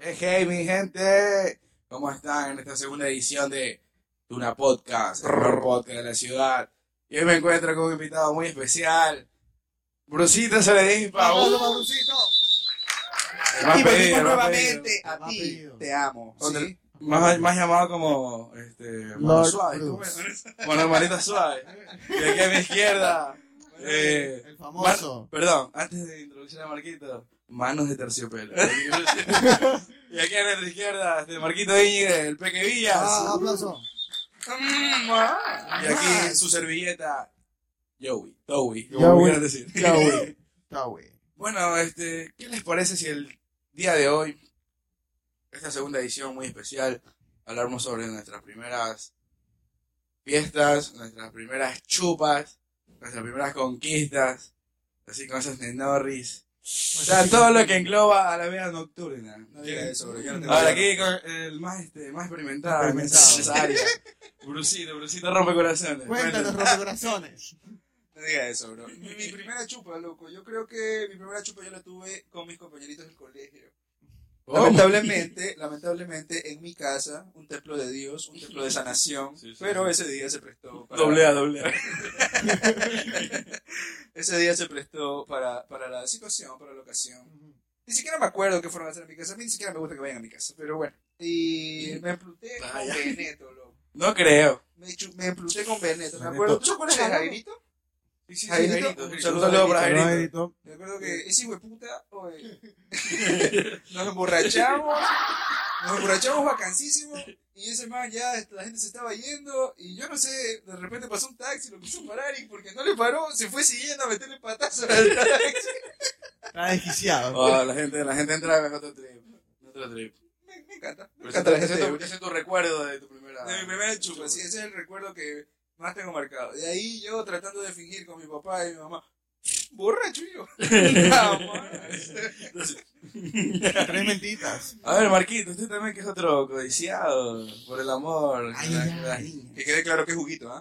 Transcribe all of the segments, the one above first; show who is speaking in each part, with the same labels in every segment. Speaker 1: Eh, Hey, mi gente, ¿cómo están en esta segunda edición de Tuna Podcast, el mejor podcast de la ciudad? Y hoy me encuentro con un invitado muy especial, Brusito Soledimpa. Uh, el más
Speaker 2: Y
Speaker 1: pedido,
Speaker 2: venimos
Speaker 1: el más
Speaker 2: nuevamente
Speaker 3: el
Speaker 2: a
Speaker 3: más
Speaker 2: ti,
Speaker 3: pedido.
Speaker 2: te amo.
Speaker 1: Donde-
Speaker 2: ¿sí?
Speaker 1: Más, más llamado como este, Mano
Speaker 3: Lord
Speaker 1: Suave.
Speaker 3: Bruce.
Speaker 1: ¿cómo es? Bueno, hermanita Suave. Y aquí a mi izquierda. eh, Mar-
Speaker 3: el famoso.
Speaker 1: perdón, antes de introducir a Marquito, manos de terciopelo. y aquí a nuestra izquierda, este, Marquito Íñiguez, el Peque Villas.
Speaker 3: Ah, aplauso. Ah,
Speaker 1: Y aquí su servilleta, Joey, Towie, como
Speaker 3: Joey,
Speaker 1: quieran decir.
Speaker 3: Joey. Está güey.
Speaker 1: Bueno, este, ¿qué les parece si el día de hoy, esta segunda edición muy especial, hablamos sobre nuestras primeras fiestas, nuestras primeras chupas, nuestras primeras conquistas, así con esas nenorris, o sea, todo lo que engloba a la vida nocturna.
Speaker 2: No digas eso, bro, yo no te voy
Speaker 1: Ahora
Speaker 2: a-
Speaker 1: aquí con el más, este, más experimentado, en
Speaker 3: Experimentado.
Speaker 1: esa área. Brusito, Brusito rompe corazones.
Speaker 3: Cuéntanos,
Speaker 1: Cuéntanos.
Speaker 3: rompecorazones.
Speaker 2: No digas eso, bro. Mi, mi primera chupa, loco. Yo creo que mi primera chupa yo la tuve con mis compañeritos del colegio.
Speaker 1: Oh.
Speaker 2: Lamentablemente, lamentablemente, en mi casa, un templo de Dios, un templo de sanación.
Speaker 1: Sí, sí,
Speaker 2: pero
Speaker 1: sí.
Speaker 2: ese día se prestó. para-
Speaker 1: Doble A, doble A.
Speaker 2: Ese día se prestó para, para la situación, para la ocasión. Ni siquiera me acuerdo qué fueron a hacer en mi casa. A mí ni siquiera me gusta que vayan a mi casa, pero bueno. Y me empluté con
Speaker 1: Vaya.
Speaker 2: Benetto, loco.
Speaker 1: No creo.
Speaker 2: Me, chu- me empluté con Benetto, ¿me
Speaker 3: Benetto.
Speaker 2: acuerdo? ¿Tú te acuerdas de Jairito? Jairito.
Speaker 1: Un saludo para
Speaker 2: Jairito.
Speaker 1: Jairito.
Speaker 2: Me acuerdo
Speaker 1: Eh,
Speaker 2: que ese hijo de puta, oye, nos emborrachamos, nos emborrachamos vacancísimo, y ese man ya, este, la gente se estaba yendo, y yo no sé, de repente pasó un taxi, lo quiso parar, y porque no le paró, se fue siguiendo a meterle patazos al taxi.
Speaker 3: Está desquiciado.
Speaker 1: Oh, la gente, la gente entra en otro trip. en Otro trip.
Speaker 2: Me, me encanta, me
Speaker 1: Pero
Speaker 2: encanta la
Speaker 1: ese-
Speaker 2: gente
Speaker 1: ese es
Speaker 2: de
Speaker 1: tu-
Speaker 2: Uri.
Speaker 1: ese es tu recuerdo de tu primera.
Speaker 2: De mi primera chupa, sí, ese es el recuerdo que más tengo marcado. De ahí yo tratando de fingir con mi papá y mi mamá, borracho yo. Jamás.
Speaker 1: Entonces,
Speaker 3: Tres mentitas.
Speaker 1: A ver, Marquito, usted también que es otro codiciado por el amor.
Speaker 3: Ay,
Speaker 1: con la-
Speaker 3: ay,
Speaker 1: con la-
Speaker 3: ay.
Speaker 2: Que quede claro que es juguito, ¿ah?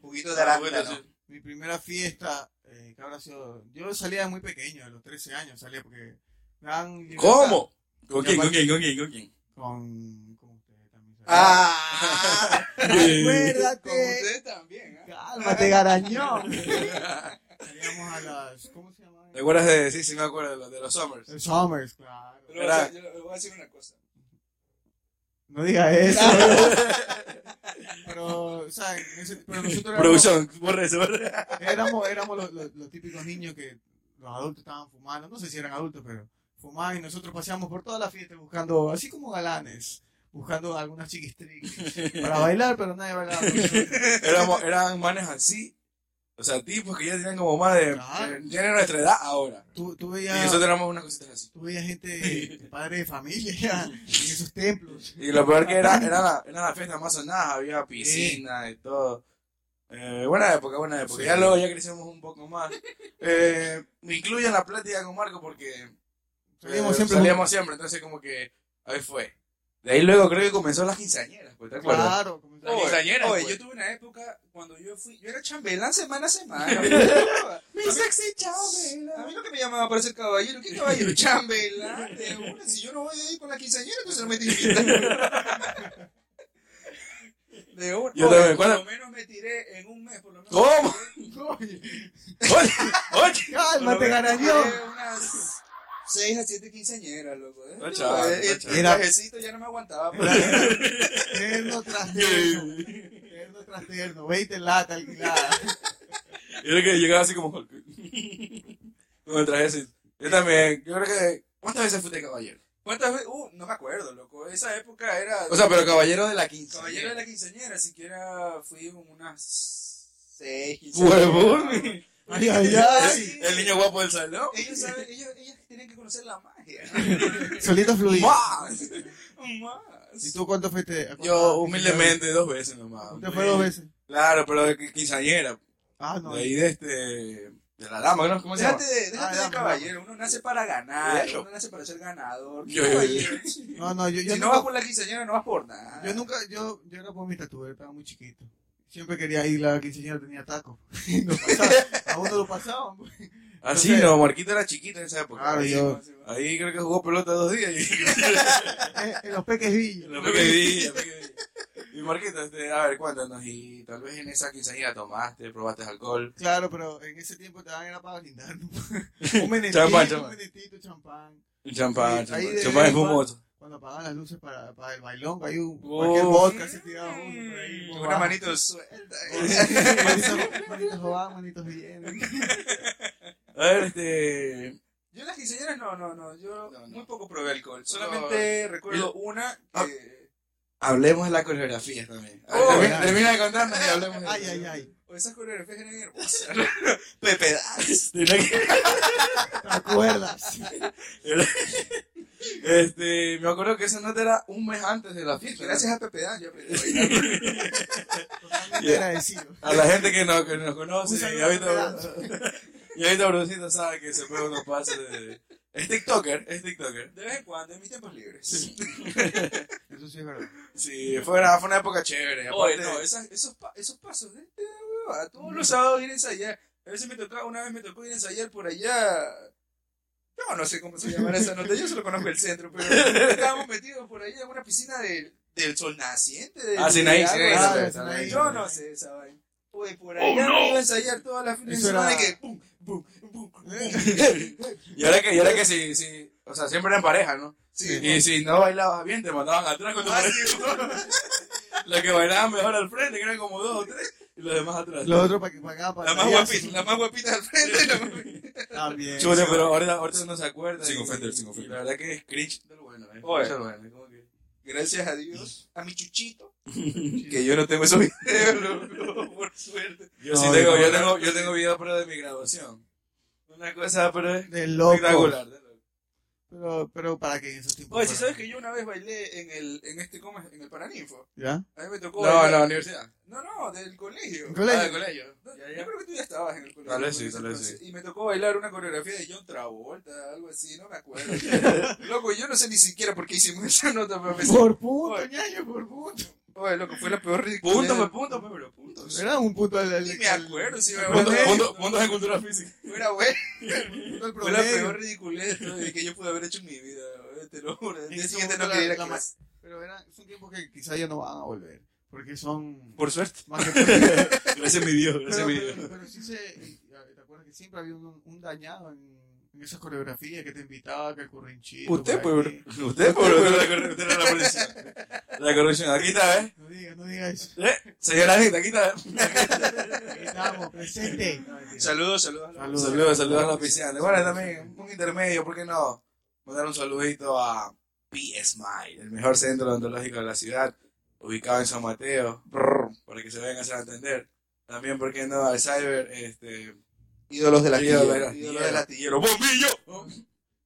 Speaker 2: Juguito de
Speaker 1: Ah, bueno,
Speaker 2: arándano.
Speaker 1: sí.
Speaker 3: Mi primera fiesta, eh, que habrá sido. Yo salía de muy pequeño, a los 13 años salía porque. me dan libertad.
Speaker 1: ¿Cómo? ¿Con
Speaker 3: quién, con
Speaker 1: quién, con quién, con quién?
Speaker 3: Con. Con ustedes también. salía.
Speaker 2: Ah, con
Speaker 3: ¡Acuérdate!
Speaker 2: ustedes también, ¿ah?
Speaker 3: ¡Cálmate, garañón! Salíamos a las. ¿Cómo se llamaba?
Speaker 1: ¿Te acuerdas de.? Sí, sí, me acuerdo de los, de los Summers.
Speaker 3: El Summers, claro.
Speaker 2: Pero o sea, yo le voy a decir una cosa.
Speaker 3: No diga eso. pero, o sea, en ese- pero nosotros éramos-
Speaker 1: Producción, borra eso, borra.
Speaker 3: éramos, éramos los, los- los típicos niños que los adultos estaban fumando, no sé si eran adultos, pero fumaban y nosotros paseábamos por toda la fiesta buscando, así como galanes, buscando algunas chiquistriques para bailar, pero nadie bailaba. con nosotros.
Speaker 1: Éramos, eran manes así. O sea, tipos que ya tenían como más de.
Speaker 3: Claro.
Speaker 1: Ya eran nuestra edad ahora.
Speaker 3: Tú, tú
Speaker 1: Y
Speaker 3: veías,
Speaker 1: nosotros éramos unas cositas así.
Speaker 3: tú veías gente, padre de familia, en esos templos.
Speaker 1: Y lo peor que era, era la, era la fiesta más sonada, había piscina y todo. Eh, buena época, buena época. Ya luego ya crecimos un poco más. Eh, me incluyo en la plática con Marco porque eh,
Speaker 3: Salíamos siempre
Speaker 1: salíamos siempre, entonces como que ahí fue. De ahí luego creo que comenzó las quinceañeras, pues, ¿te acuerdas?
Speaker 3: Claro, como-
Speaker 1: La quinceañera,
Speaker 2: Oye,
Speaker 1: pues.
Speaker 2: yo tuve una época cuando yo fui, yo era chambelán semana a semana. bro.
Speaker 1: Mi sexy chambelán.
Speaker 2: a mí lo que me llamaba para ser caballero, ¿qué caballero? Chambelán, de una, si yo no voy a ir con la quinceañera, entonces no me te invitan. De una.
Speaker 1: Yo
Speaker 2: Oye,
Speaker 1: también,
Speaker 2: por
Speaker 1: ¿cuándo?
Speaker 2: lo menos me tiré en un mes, por lo menos.
Speaker 1: ¿Cómo?
Speaker 3: Oye,
Speaker 1: Oye, oye.
Speaker 3: cálmate, garañón.
Speaker 2: Tiré unas 6 a 7 quinceañeras, loco. ¿eh?
Speaker 1: No, chaval, no,
Speaker 2: Eh, el,
Speaker 1: chaval.
Speaker 2: el trajecito ya no me aguantaba. pues. pero-
Speaker 3: Terno tras terno. Terno tras terno. 20 lata alquilada.
Speaker 1: Yo creo que llegaba así como Hulk. Como el traje así. Yo también, yo creo que... ¿Cuántas veces fuiste caballero?
Speaker 2: ¿Cuántas veces? Uh, no me acuerdo, loco. Esa época era.
Speaker 1: O sea, pero caballero de la quince.
Speaker 2: Caballero de la quinceañera, siquiera fui con unas seis quinceañeras.
Speaker 1: Huevón.
Speaker 3: Ay, ay, ay.
Speaker 2: Sí.
Speaker 1: El niño guapo del salón.
Speaker 2: Ellos saben, ellos, ellas tienen que conocer la magia.
Speaker 3: Solito fluido.
Speaker 2: Más.
Speaker 3: ¿Y
Speaker 2: Más.
Speaker 3: tú cuánto fuiste? ¿A cuánto-
Speaker 1: Yo humildemente dos veces nomás.
Speaker 3: ¿Te fue dos veces?
Speaker 1: Claro, pero de qui- quinceañera.
Speaker 3: Ah, no.
Speaker 1: De ahí de este... De la dama, ¿no? ¿Cómo se llama?
Speaker 2: Déjate de, déjate
Speaker 3: Ah,
Speaker 2: de
Speaker 3: dame,
Speaker 2: caballero, uno nace para ganar,
Speaker 1: Claro.
Speaker 2: uno nace para ser ganador.
Speaker 1: Yo-
Speaker 2: caballero.
Speaker 3: No, no, yo, yo
Speaker 2: si no vas
Speaker 3: nunca,
Speaker 2: por la quinceañera, no vas por nada.
Speaker 3: yo nunca, yo, yo era por mis tatuajes, estaba muy chiquito. Siempre quería ir, la quinceañera tenía tacos. Y no pasaba, a uno lo pasaban. pues.
Speaker 1: Así, no, Marquito era chiquito en esa época.
Speaker 3: Claro,
Speaker 1: ahí,
Speaker 3: yo-
Speaker 1: ahí creo que jugó pelota dos días. Y...
Speaker 3: En, en los peques villos.
Speaker 1: Lo que vi, lo que vi. Y Marquito, este, a ver, cuéntanos. Y tal vez en esa quinceañera tomaste, probaste alcohol.
Speaker 3: Claro, pero en ese tiempo te daban era para brindar. ¿no? Un
Speaker 1: Champán,
Speaker 3: menetito,
Speaker 1: champán.
Speaker 3: un menetito, champán.
Speaker 1: Y champán,
Speaker 3: Sí, ahí
Speaker 1: champán,
Speaker 3: de-
Speaker 1: champán es fumoso.
Speaker 3: Cuando apagaban las luces para, para el bailón, ahí un,
Speaker 1: Oh.
Speaker 3: cualquier vodka se tiraba uno por ahí.
Speaker 2: Con una
Speaker 3: bobada.
Speaker 2: manito suelta. eh.
Speaker 3: manitos manitos van, manitos vienen.
Speaker 1: A ver, este.
Speaker 2: Yo en las quinceañeras no, no, no.
Speaker 1: No,
Speaker 2: Yo
Speaker 1: no.
Speaker 2: muy poco probé alcohol. Solamente recuerdo una que.
Speaker 1: Ah. Hablemos de la coreografía también. A ver,
Speaker 2: Oh,
Speaker 1: termi-
Speaker 3: ya.
Speaker 1: termina de contarnos y hablemos de
Speaker 3: Ay, ay, ay.
Speaker 2: O esas coreografías eran hermosas. Pepe Dance.
Speaker 1: De la que-
Speaker 3: ¿Te acuerdas?
Speaker 1: Este, me acuerdo que esa nota era un mes antes de la fiesta.
Speaker 2: Gracias a Pepe Dance yo aprendí a bailar.
Speaker 3: Totalmente
Speaker 1: Ya.
Speaker 3: agradecido.
Speaker 1: A la gente que nos, que nos
Speaker 3: Un
Speaker 1: conoce,
Speaker 3: saludo
Speaker 1: y ahorita,
Speaker 3: a Pepe
Speaker 1: y ahorita Brucito sabe que se fue unos pases de... Es TikToker, es TikToker.
Speaker 2: De vez en cuando, en mis tiempos libres.
Speaker 3: Eso sí es verdad.
Speaker 1: Sí, fue una, fue una época chévere.
Speaker 2: Oye,
Speaker 1: Aparte,
Speaker 2: no, esas- esos, pa- esos pasos de de la huevada, todos los sábados ir a ensayar. A veces me tocaba, una vez me tocó ir a ensayar por allá. Yo no sé cómo se llamará esa nota, yo solo conozco el centro, pero estábamos metidos por allá en una piscina del, del sol naciente. Del,
Speaker 1: Ah, Sinaí,
Speaker 2: de
Speaker 1: Sinaí,
Speaker 2: algo
Speaker 3: Sinaí,
Speaker 2: así.
Speaker 3: Sinaí.
Speaker 2: Yo no Oh, sé esa vaina. Oye, por allá me iba a ensayar todas las fines de
Speaker 3: Eso era-
Speaker 2: semana y que pum, pum, pum, pum. Eh,
Speaker 1: y ahora que, y ahora que sí, sí, o sea, siempre eran pareja, ¿no?
Speaker 2: Sí,
Speaker 1: Y si no bailabas bien, te mandaban atrás con tu
Speaker 2: Ah,
Speaker 1: pareja. Los que bailaban mejor al frente, que eran como dos o tres, y los demás atrás.
Speaker 3: Los otros para que pagaban para
Speaker 2: la más guapita, la más guapita al frente. la más-
Speaker 3: También.
Speaker 1: Chute, pero ahorita, ahorita no se acuerda.
Speaker 2: Sin
Speaker 1: y-
Speaker 2: ofender, sin
Speaker 1: y
Speaker 2: ofender.
Speaker 1: La verdad que es cringe del bueno, ¿eh?
Speaker 2: Oye.
Speaker 1: Es del bueno, como que...
Speaker 2: Gracias a Dios, a mi chuchito, que yo no tengo esos videos, loco, por suerte.
Speaker 1: Yo
Speaker 3: No,
Speaker 1: sí tengo,
Speaker 3: no,
Speaker 1: yo
Speaker 2: no.
Speaker 1: tengo, yo tengo video pero de mi graduación. Una cosa, pero es
Speaker 3: De loco.
Speaker 1: espectacular. de loco.
Speaker 3: Pero, pero para que en esos tiempos.
Speaker 2: Oye, si
Speaker 3: fuera-
Speaker 2: sabes que yo una vez bailé en el, en este, ¿cómo es? En el Paraninfo.
Speaker 3: ¿Ya?
Speaker 2: A mí me tocó.
Speaker 1: No, no,
Speaker 2: bailar-
Speaker 1: universidad.
Speaker 2: No, no, del colegio.
Speaker 3: ¿En
Speaker 1: Ah,
Speaker 3: colegio?
Speaker 1: de colegio.
Speaker 2: No,
Speaker 1: Ya,
Speaker 2: Yo
Speaker 1: ya.
Speaker 2: creo que tú ya estabas en el colegio.
Speaker 1: Tal vez sí,
Speaker 2: en ese
Speaker 1: tal vez
Speaker 2: entonces. Y me tocó bailar una coreografía de John Travolta, algo así, no me acuerdo. loco, yo no sé ni siquiera por qué hicimos esa nota para empezar.
Speaker 3: Por punto, ñaño, por punto.
Speaker 2: Oye, loco, fue la peor ridícula.
Speaker 1: Punto, pues, punto, pues, pero punto.
Speaker 3: Era un punto al.
Speaker 2: Ni me acuerdo si me
Speaker 1: Punto,
Speaker 3: Promedio.
Speaker 1: punto, punto de cultura física.
Speaker 2: Era bueno.
Speaker 3: punto al
Speaker 2: Fue la
Speaker 3: promedio.
Speaker 2: peor ridiculez ¿no? de que yo pude haber hecho en mi vida, ¿no? te lo juro. El
Speaker 3: En
Speaker 2: día
Speaker 3: ese
Speaker 2: siguiente no
Speaker 3: momento
Speaker 2: quería
Speaker 3: la-
Speaker 2: ir a
Speaker 3: la
Speaker 2: clase.
Speaker 3: Pero eran, son tiempos que quizás ya no van a volver. Porque son.
Speaker 1: Por suerte.
Speaker 3: Más que pero,
Speaker 1: Gracias a mi Dios, gracias a
Speaker 3: pero,
Speaker 1: mi Dios.
Speaker 3: pero sí se. ah, ¿Te acuerdas que siempre había un, un dañado en, en esas coreografías que te invitaba, que el currinchito?
Speaker 1: Usted,
Speaker 3: por
Speaker 1: pues,
Speaker 3: aquí?
Speaker 1: bro. Usted, pues, bro. La corru- usted era la corrupción. La corrupción. Aquí está, ¿eh?
Speaker 3: No digas, no digas eso.
Speaker 1: ¿Eh? Señora Anita, aquí está.
Speaker 3: Aquí Estamos, presente.
Speaker 2: Saludos, saludos. a la-
Speaker 3: Saludos.
Speaker 1: Saludos, saludos a los oficiales. Bueno, también un intermedio, ¿por qué no? Mandar un saludito a P. Smile, el mejor centro odontológico de la ciudad, ubicado en San Mateo, brr, para que se vayan a hacer atender. También, ¿por qué no? Al Cyber, este.
Speaker 2: Ídolos del
Speaker 1: Ídolos del
Speaker 2: astillero.
Speaker 1: astillero.
Speaker 2: Ídolos del astillero. ¡Bombillo!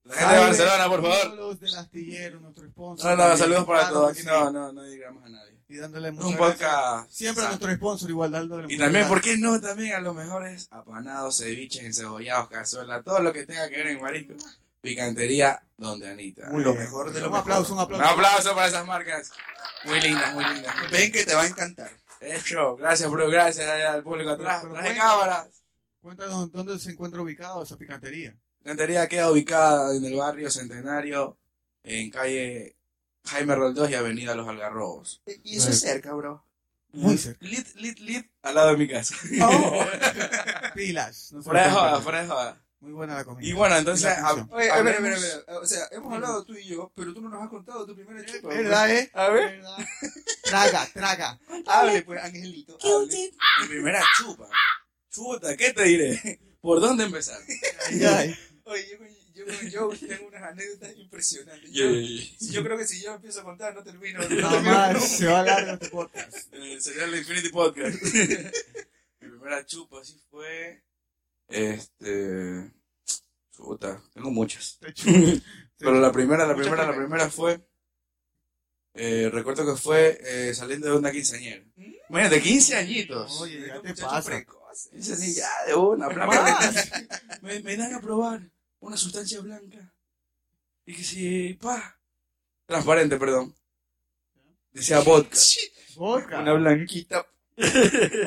Speaker 1: La gente de Barcelona, por favor.
Speaker 3: Saludos del astillero, nuestro sponsor.
Speaker 1: No, no,
Speaker 3: también.
Speaker 1: saludos para
Speaker 3: Claro
Speaker 1: todos.
Speaker 3: que
Speaker 1: Aquí
Speaker 3: sí.
Speaker 1: no, no, no digamos a nadie.
Speaker 3: Y dándole
Speaker 1: Es un
Speaker 3: muchas gracias.
Speaker 1: podcast.
Speaker 3: Siempre a
Speaker 1: sano.
Speaker 3: nuestro sponsor, igual dándole
Speaker 1: Y
Speaker 3: muchas
Speaker 1: también, ¿por
Speaker 3: gracias.
Speaker 1: qué no? También a los mejores apanados, ceviches, encebollados, cazuela, todo lo que tenga que ver en marisco. Picantería Donde Anita.
Speaker 3: Muy
Speaker 1: lo
Speaker 3: bien.
Speaker 1: mejor de lo
Speaker 3: Eh, Un
Speaker 1: mejor.
Speaker 3: aplauso, un
Speaker 1: Un
Speaker 3: aplauso.
Speaker 1: aplauso para esas marcas. Muy lindas, muy lindas.
Speaker 2: Ven que te va a encantar.
Speaker 1: Eso, gracias, bro. Gracias al público atrás.
Speaker 3: Pero, pero
Speaker 1: Traje
Speaker 3: bueno.
Speaker 1: cámara.
Speaker 3: Cuéntanos dónde se encuentra ubicado esa picantería.
Speaker 1: Picantería queda ubicada en el barrio Centenario, en calle Jaime Roldós y avenida Los Algarrobos.
Speaker 2: Y eso es cerca, bro.
Speaker 3: Muy cerca.
Speaker 1: Lit, lit, lit, al lado de mi casa.
Speaker 3: Pilas. No se
Speaker 1: Oh. fuera de
Speaker 3: lo
Speaker 1: joda,
Speaker 3: pierdan.
Speaker 1: fuera de joda.
Speaker 3: Muy buena la comida.
Speaker 1: Y bueno, entonces.
Speaker 3: Y la
Speaker 1: a-
Speaker 3: canción.
Speaker 2: Oye, a ver, a ver, a
Speaker 1: hablemos-
Speaker 2: ver. O sea, hemos hablado tú y yo, pero tú no nos has contado tu primera chupa. pues.
Speaker 3: ¿Verdad, eh?
Speaker 2: A ver,
Speaker 3: ¿Verdad? Traga, traga.
Speaker 2: hable pues, Angelito. hable.
Speaker 1: Mi primera chupa. Chuta, ¿qué te diré? ¿Por dónde empezar?
Speaker 3: Ay, ay.
Speaker 2: Oye, yo, con- yo, con Joe tengo unas anécdotas impresionantes. Yo, yo creo que si yo empiezo a contar, no termino. No termino
Speaker 3: Jamás se va a largo este podcast.
Speaker 1: Eh, Sería el Infinity Podcast. Mi primera chupa sí fue. Este. Chuta, tengo muchas.
Speaker 3: Te
Speaker 1: Pero la primera, la
Speaker 3: Muchas
Speaker 1: primera, la
Speaker 3: primeras.
Speaker 1: primera fue. eh, recuerdo que fue eh, saliendo de una quinceañera.
Speaker 2: Mm.
Speaker 1: Imagínate, 15 añitos.
Speaker 3: Oye, ya te
Speaker 2: Muchacho
Speaker 3: pasa.
Speaker 2: precoz.
Speaker 1: Y dice así, ya, de una,
Speaker 2: Más.
Speaker 1: me, me dan a probar una sustancia blanca. Y que si, pa, transparente, perdón. Decía vodka.
Speaker 3: Vodka.
Speaker 1: Una blanquita.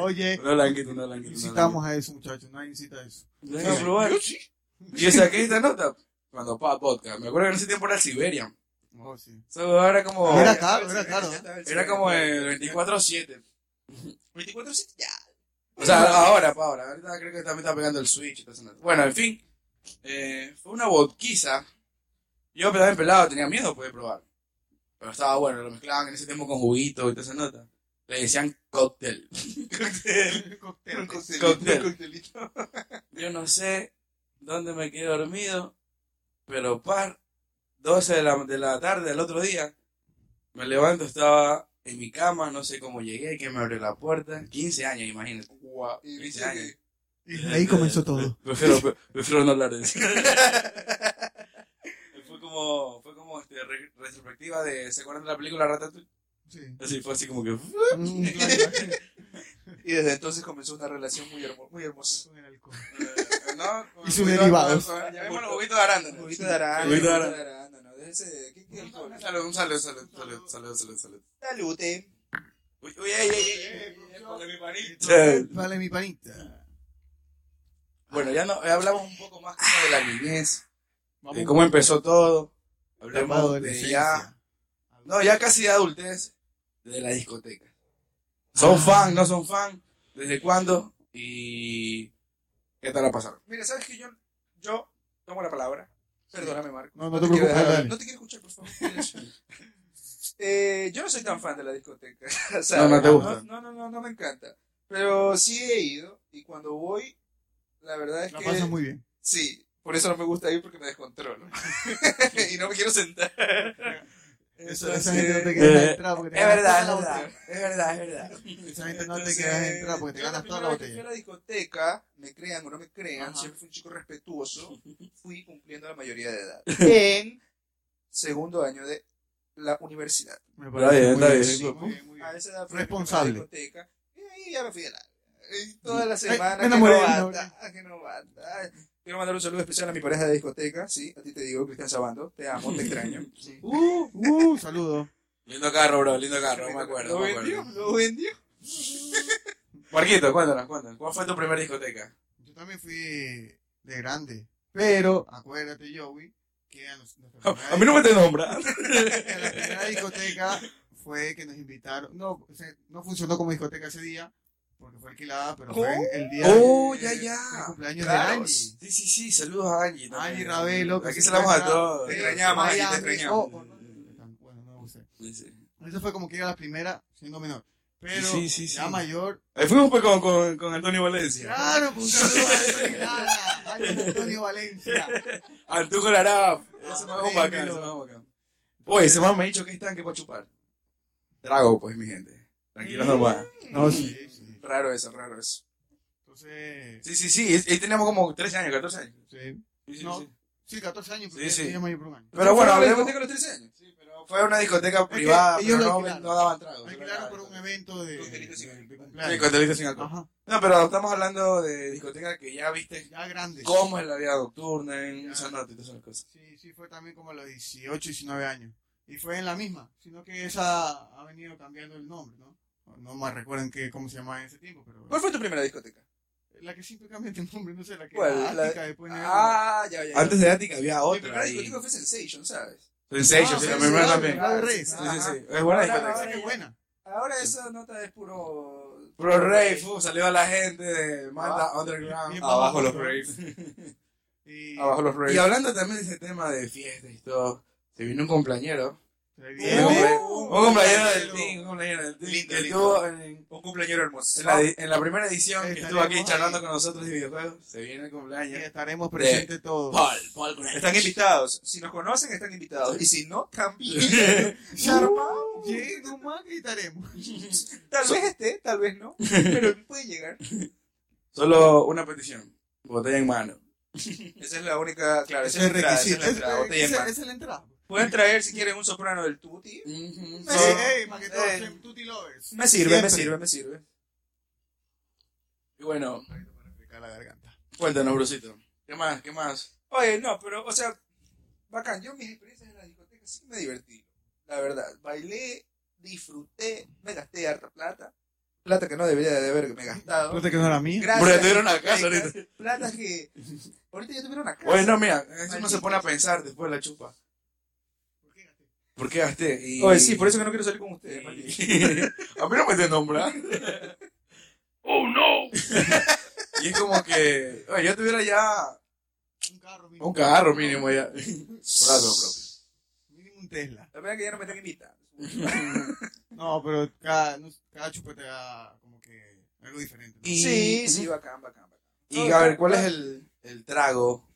Speaker 3: Oye,
Speaker 1: Una blanquita, una blanquita. una
Speaker 3: incitamos a eso, muchachos. Nadie incita eso.
Speaker 1: blanquita. Me dan a probar. Y yo saqué esta nota cuando pa, vodka. Me acuerdo que en ese tiempo era el Siberian.
Speaker 3: Oh, sí.
Speaker 1: Eso era como,
Speaker 3: Era
Speaker 1: era,
Speaker 3: caro, era caro,
Speaker 1: como el 24-7.
Speaker 2: 24-7, ya.
Speaker 1: O sea, ahora, pa, ahora. Ahorita creo que también está pegando el Switch. y todo eso. Bueno, en fin. eh, fue una vodquiza. Yo también pelado, tenía miedo pues, de probar. Pero estaba bueno, lo mezclaban en ese tiempo con juguito y toda esa nota. Le decían cóctel.
Speaker 2: Un cóctel,
Speaker 1: Cóctel.
Speaker 2: un coctelito.
Speaker 1: Yo no sé dónde me quedé dormido, pero par 12 de la, de la tarde del otro día, me levanto, estaba en mi cama, no sé cómo llegué, que me abrió la puerta. 15 años, imagínate.
Speaker 2: Guau, Y me
Speaker 1: 15 años.
Speaker 2: dice
Speaker 3: Y ahí comenzó todo.
Speaker 1: Prefiero, pre- prefiero no hablar de eso. fue como, fue como este, re- retrospectiva de. ¿Se acuerdan de la película Ratatouille?
Speaker 3: Sí.
Speaker 1: Así fue así como que.
Speaker 3: Mm, claro.
Speaker 2: que- Y desde entonces comenzó una relación muy, hermo- muy hermosa.
Speaker 3: Con el alcohol.
Speaker 2: ¿No?
Speaker 3: Y sus
Speaker 2: Juguito-
Speaker 3: derivados.
Speaker 1: ¿eh?
Speaker 2: Llamémoslo juguito
Speaker 1: juguito de
Speaker 2: de
Speaker 1: arándano.
Speaker 2: Juguito de arándano.
Speaker 1: Juguito
Speaker 2: Juguito
Speaker 1: de
Speaker 2: de
Speaker 1: arándano.
Speaker 2: arándano. Déjese. ¿Qué qué alcohol?
Speaker 1: Un saludo, un saludo, salud, salud, salud, salud, salud.
Speaker 2: Salute.
Speaker 1: Uy, uy, ey, ey, ey.
Speaker 3: Vale, mi panita.
Speaker 1: Bueno, ya, no, ya hablamos un poco más como de la niñez, de
Speaker 3: Vamos
Speaker 1: Eh, cómo em- empezó todo.
Speaker 3: Llamado
Speaker 1: Hablamos de ya.
Speaker 3: adolescencia.
Speaker 1: No, ya casi de adultez, de la discoteca. ¿Son fan, no son fan? ¿Desde cuándo? ¿Y qué tal la pasaron?
Speaker 2: Mira, ¿sabes que yo, yo tomo la palabra? Perdóname, Marco.
Speaker 3: No, no te
Speaker 2: quiero
Speaker 3: preocupes,
Speaker 2: dejar-
Speaker 3: dale.
Speaker 2: no te quiero escuchar, por favor. Eh, yo no soy tan fan de la discoteca. ¿sabes?
Speaker 1: No, no te gusta.
Speaker 2: No, no, no, no me encanta. Pero sí he ido y cuando voy, la verdad es
Speaker 3: La
Speaker 2: que...
Speaker 3: pasas muy bien.
Speaker 2: Sí, por eso no me gusta ir porque me descontrolo. y no me quiero sentar.
Speaker 3: Esa,
Speaker 2: Entonces,
Speaker 3: esa gente no te queda
Speaker 1: eh,
Speaker 3: entrar porque te
Speaker 1: Es
Speaker 3: ganas
Speaker 1: verdad, es
Speaker 3: toda la
Speaker 1: verdad, es verdad, es verdad.
Speaker 3: botella. Esa gente no te
Speaker 2: Entonces,
Speaker 3: queda entrar porque te
Speaker 2: yo la
Speaker 3: ganas toda la
Speaker 2: primera vez que fui
Speaker 3: botella.
Speaker 2: a la discoteca, me crean o no me crean,
Speaker 3: Ajá.
Speaker 2: siempre fui un chico respetuoso, fui cumpliendo la mayoría de edad. En segundo año de la universidad.
Speaker 3: Me
Speaker 1: bien,
Speaker 3: muy
Speaker 1: está bien,
Speaker 3: sí,
Speaker 1: loco.
Speaker 3: muy bien, muy bien.
Speaker 2: A esa edad fui a la
Speaker 3: Responsable.
Speaker 2: primera discoteca, y ahí ya me fui a la... Y toda la
Speaker 3: Ay,
Speaker 2: semana,
Speaker 3: me
Speaker 2: que
Speaker 3: enamoré,
Speaker 2: no
Speaker 3: me
Speaker 2: bata, que no bata. Quiero mandar un saludo especial a mi pareja de discoteca, sí, a ti te digo, Cristian Sabando, te amo, te extraño. Sí.
Speaker 3: Uh, uh, saludo.
Speaker 1: Lindo carro, bro, lindo carro, me acuerdo,
Speaker 2: Lo
Speaker 1: me
Speaker 2: vendió,
Speaker 1: acuerdo.
Speaker 2: lo vendió.
Speaker 1: Marquito, cuéntanos, cuéntanos. ¿Cuál fue tu primera discoteca?
Speaker 3: Yo también fui de grande. Pero, acuérdate, Joey, que a, nos- nuestra primera
Speaker 1: A mí no me te nombra.
Speaker 3: discoteca- la primera discoteca fue que nos invitaron. No, o sea, no funcionó como discoteca ese día, porque fue alquilada, pero fue en el día
Speaker 1: Oh,
Speaker 3: de-
Speaker 1: ya,
Speaker 3: del
Speaker 1: ya.
Speaker 3: cumpleaños de
Speaker 1: Claro,
Speaker 3: Angie.
Speaker 1: Sí, sí, sí, saludos a Angie. también.
Speaker 3: Angie Ravelo. que
Speaker 1: Aquí
Speaker 3: se
Speaker 1: saludamos a
Speaker 3: encuentra
Speaker 1: todos.
Speaker 2: Te
Speaker 3: en
Speaker 2: extrañamos, Angie, te
Speaker 3: Miami.
Speaker 2: extrañamos.
Speaker 3: Oh, oh, no, bueno, no lo sé.
Speaker 1: Sí, sí.
Speaker 3: Esa fue como que era la primera, siendo menor. Pero
Speaker 1: Sí, sí, sí,
Speaker 3: ya
Speaker 1: sí.
Speaker 3: mayor.
Speaker 1: Ahí fuimos pues con, con, con Antonio Valencia.
Speaker 3: Claro, pues un saludo a Antonio Lara, a Antonio Valencia.
Speaker 1: Antuco Larab. Ese man es un bacán, ese man
Speaker 3: Dímelo.
Speaker 1: es un bacán. Oye, ese man me ha dicho que están que para chupar. Trago, pues, mi gente. Tranquilo nomás.
Speaker 3: No, sí, sí.
Speaker 1: Raro eso, raro eso.
Speaker 3: Entonces,
Speaker 1: Sí, sí, sí. es- Ahí teníamos como 13 años, 14 años.
Speaker 3: sí.
Speaker 1: Sí, sí,
Speaker 3: No.
Speaker 1: sí.
Speaker 3: Sí, 14 años,
Speaker 1: Sí,
Speaker 3: porque
Speaker 1: sí.
Speaker 3: sí, mayor por un año.
Speaker 1: Pero bueno,
Speaker 2: ¿Fueron a la
Speaker 1: hablemos.
Speaker 2: discoteca a los 13 años?
Speaker 3: Sí, pero
Speaker 1: Fue una discoteca
Speaker 3: que
Speaker 1: privada, pero
Speaker 3: ellos lo
Speaker 1: no,
Speaker 3: alquilaron.
Speaker 1: no daban trago. solo
Speaker 3: alquilaron
Speaker 1: era-
Speaker 3: por un evento de,
Speaker 2: Coctelitos y-
Speaker 3: de
Speaker 1: Sí,
Speaker 3: cumpleaños.
Speaker 1: con delito sin alcohol.
Speaker 3: Ajá,
Speaker 1: No, pero estamos hablando de discoteca que ya viste
Speaker 3: ya grande.
Speaker 1: cómo es la vida nocturna en
Speaker 3: Ya.
Speaker 1: esa nota y todas esas cosas.
Speaker 3: Sí, sí, fue también como a los 18, 19 años. Y fue en la misma, sino que esa ha venido cambiando el nombre, ¿no? No me recuerdan que, cómo se llamaba en ese tiempo, pero...
Speaker 2: ¿Cuál fue tu primera discoteca?
Speaker 3: La que siempre cambia de nombre, no sé, la que
Speaker 1: ¿Cuál?
Speaker 3: era
Speaker 1: Pues, La-
Speaker 3: ática, después negra.
Speaker 2: Ah, ya, ya.
Speaker 1: Antes de Attica había
Speaker 2: Mi
Speaker 1: otra.
Speaker 2: primera
Speaker 1: ahí.
Speaker 2: discoteca fue Sensation, ¿sabes?
Speaker 1: Sensation,
Speaker 3: Ah,
Speaker 1: sí, la
Speaker 3: sí,
Speaker 1: primera
Speaker 3: sí,
Speaker 1: también.
Speaker 3: claro.
Speaker 1: Sí,
Speaker 3: Ajá.
Speaker 1: sí, sí. Es buena
Speaker 2: Ahora,
Speaker 1: discoteca.
Speaker 3: Esa que es buena.
Speaker 2: Ahora esa nota es puro...
Speaker 1: Pro Rave, fu, salió a la gente de Manda Underground.
Speaker 3: Ah. Bien Abajo los
Speaker 1: Raves.
Speaker 3: Y
Speaker 1: los Raves. Y hablando también de ese tema de fiestas y todo, se vino un compañero.
Speaker 3: se
Speaker 1: Un,
Speaker 3: viene-
Speaker 1: comple-
Speaker 2: Uh,
Speaker 1: un compañero del
Speaker 3: compañero.
Speaker 1: team, un compañero del team.
Speaker 2: Lindo,
Speaker 1: que
Speaker 2: lindo.
Speaker 1: estuvo en,
Speaker 2: Un cumpleañero hermoso.
Speaker 1: en la, en la primera edición que estuvo
Speaker 3: Estaremos
Speaker 1: aquí charlando
Speaker 3: ahí.
Speaker 1: con nosotros de videojuegos. Se viene el
Speaker 3: y
Speaker 1: cumpleaños.
Speaker 3: estaremos presentes todos.
Speaker 1: Paul, Paul Graham.
Speaker 2: Están invitados. Si nos conocen, están invitados. Y si no, también.
Speaker 3: Sharpa, llego más y estaremos.
Speaker 2: Tal vez esté, tal vez no. Pero puede llegar.
Speaker 1: Solo una petición. Botella en mano.
Speaker 2: Esa es la única... Claro, esa
Speaker 3: Ese es
Speaker 2: es
Speaker 3: el
Speaker 2: la entrada, esa
Speaker 3: requisito.
Speaker 2: es la entrada,
Speaker 3: Ese-
Speaker 2: botella en
Speaker 3: Esa
Speaker 2: mano.
Speaker 3: esa es la entrada.
Speaker 2: Pueden traer, si quieren, un soprano del Tutti.
Speaker 1: Ujú.
Speaker 2: Sí.
Speaker 1: So-
Speaker 3: Ey, ey, más que todo,
Speaker 2: Eh.
Speaker 3: Tutti Lovers.
Speaker 2: Me sirve,
Speaker 3: Siempre.
Speaker 2: me sirve, me sirve.
Speaker 1: Y bueno,
Speaker 3: Para picar la garganta.
Speaker 1: cuéntanos, Brucito. ¿Qué más? ¿Qué más?
Speaker 2: Oye, no, pero, o sea, bacán. Yo mis experiencias en la discoteca sí me divertí. La verdad, bailé, disfruté, me gasté harta plata. Plata que no debería de haberme gastado.
Speaker 3: ¿Plata que no era mía?
Speaker 2: Gracias.
Speaker 1: Porque te dieron la casa
Speaker 2: Discotecas.
Speaker 1: ahorita.
Speaker 2: Plata que. Ahorita ya tuvieron una casa.
Speaker 1: Bueno, mira, eso no se pone a pensar después de la chupa. ¿Por qué gasté? Y-
Speaker 2: Oye, sí, por eso que no quiero salir con ustedes, maldito.
Speaker 1: a mí no me te nombra.
Speaker 4: Oh no!
Speaker 1: Y es como que, oye, yo tuviera ya
Speaker 3: Un carro mínimo.
Speaker 1: un carro mínimo ya. Por algo propio.
Speaker 3: Mínimo un Tesla.
Speaker 2: La verdad que ya no me están invitando.
Speaker 3: No, pero cada, no- cada chupa te da como que algo diferente. ¿no?
Speaker 1: Y-
Speaker 2: Sí, sí, bacán, bacán, bacán.
Speaker 1: Y a ver, ¿cuál es el, el trago?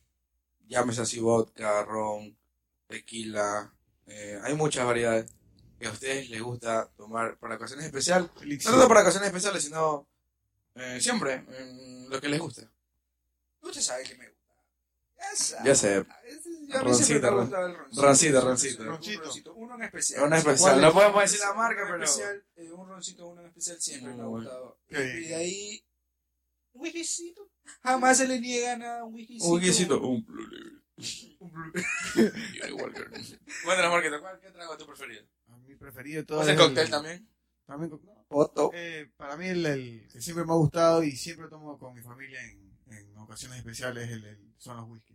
Speaker 1: Llámese así vodka, ron, tequila. eh, hay muchas variedades que a ustedes les gusta tomar para ocasiones especiales.
Speaker 3: Elixir.
Speaker 1: No tanto para ocasiones especiales, sino eh, siempre en lo que les gusta.
Speaker 2: Usted sabe que me gusta. Ya sabe.
Speaker 1: Ya sé,
Speaker 2: A veces yo a mí
Speaker 1: Roncito,
Speaker 2: siempre me ha
Speaker 1: ron-
Speaker 2: gustado el roncito.
Speaker 1: roncito, roncito.
Speaker 2: Un
Speaker 3: Roncito.
Speaker 2: Uno en especial.
Speaker 1: Uno en especial.
Speaker 2: ¿Cuál es?
Speaker 1: No podemos decir la
Speaker 2: Uno
Speaker 1: marca,
Speaker 2: en
Speaker 1: pero-
Speaker 2: especial, eh, un roncito, uno en especial siempre me ha
Speaker 1: Muy
Speaker 2: gustado.
Speaker 3: Qué
Speaker 2: Y de
Speaker 3: bien.
Speaker 2: ahí. Un whiskycito. Jamás se le niega nada a un whiskycito.
Speaker 1: un guisito, un blue label. Y un Walker. Bueno, la marqueta, ¿cuál qué trago es tu preferido?
Speaker 3: A mi preferido de todos.
Speaker 1: ¿Haces
Speaker 3: es el-
Speaker 1: cóctel también?
Speaker 3: También co- no.
Speaker 2: Otto.
Speaker 3: Eh, para mí el, el que siempre me ha gustado y siempre tomo con mi familia en, en ocasiones especiales el, el- son los whisky.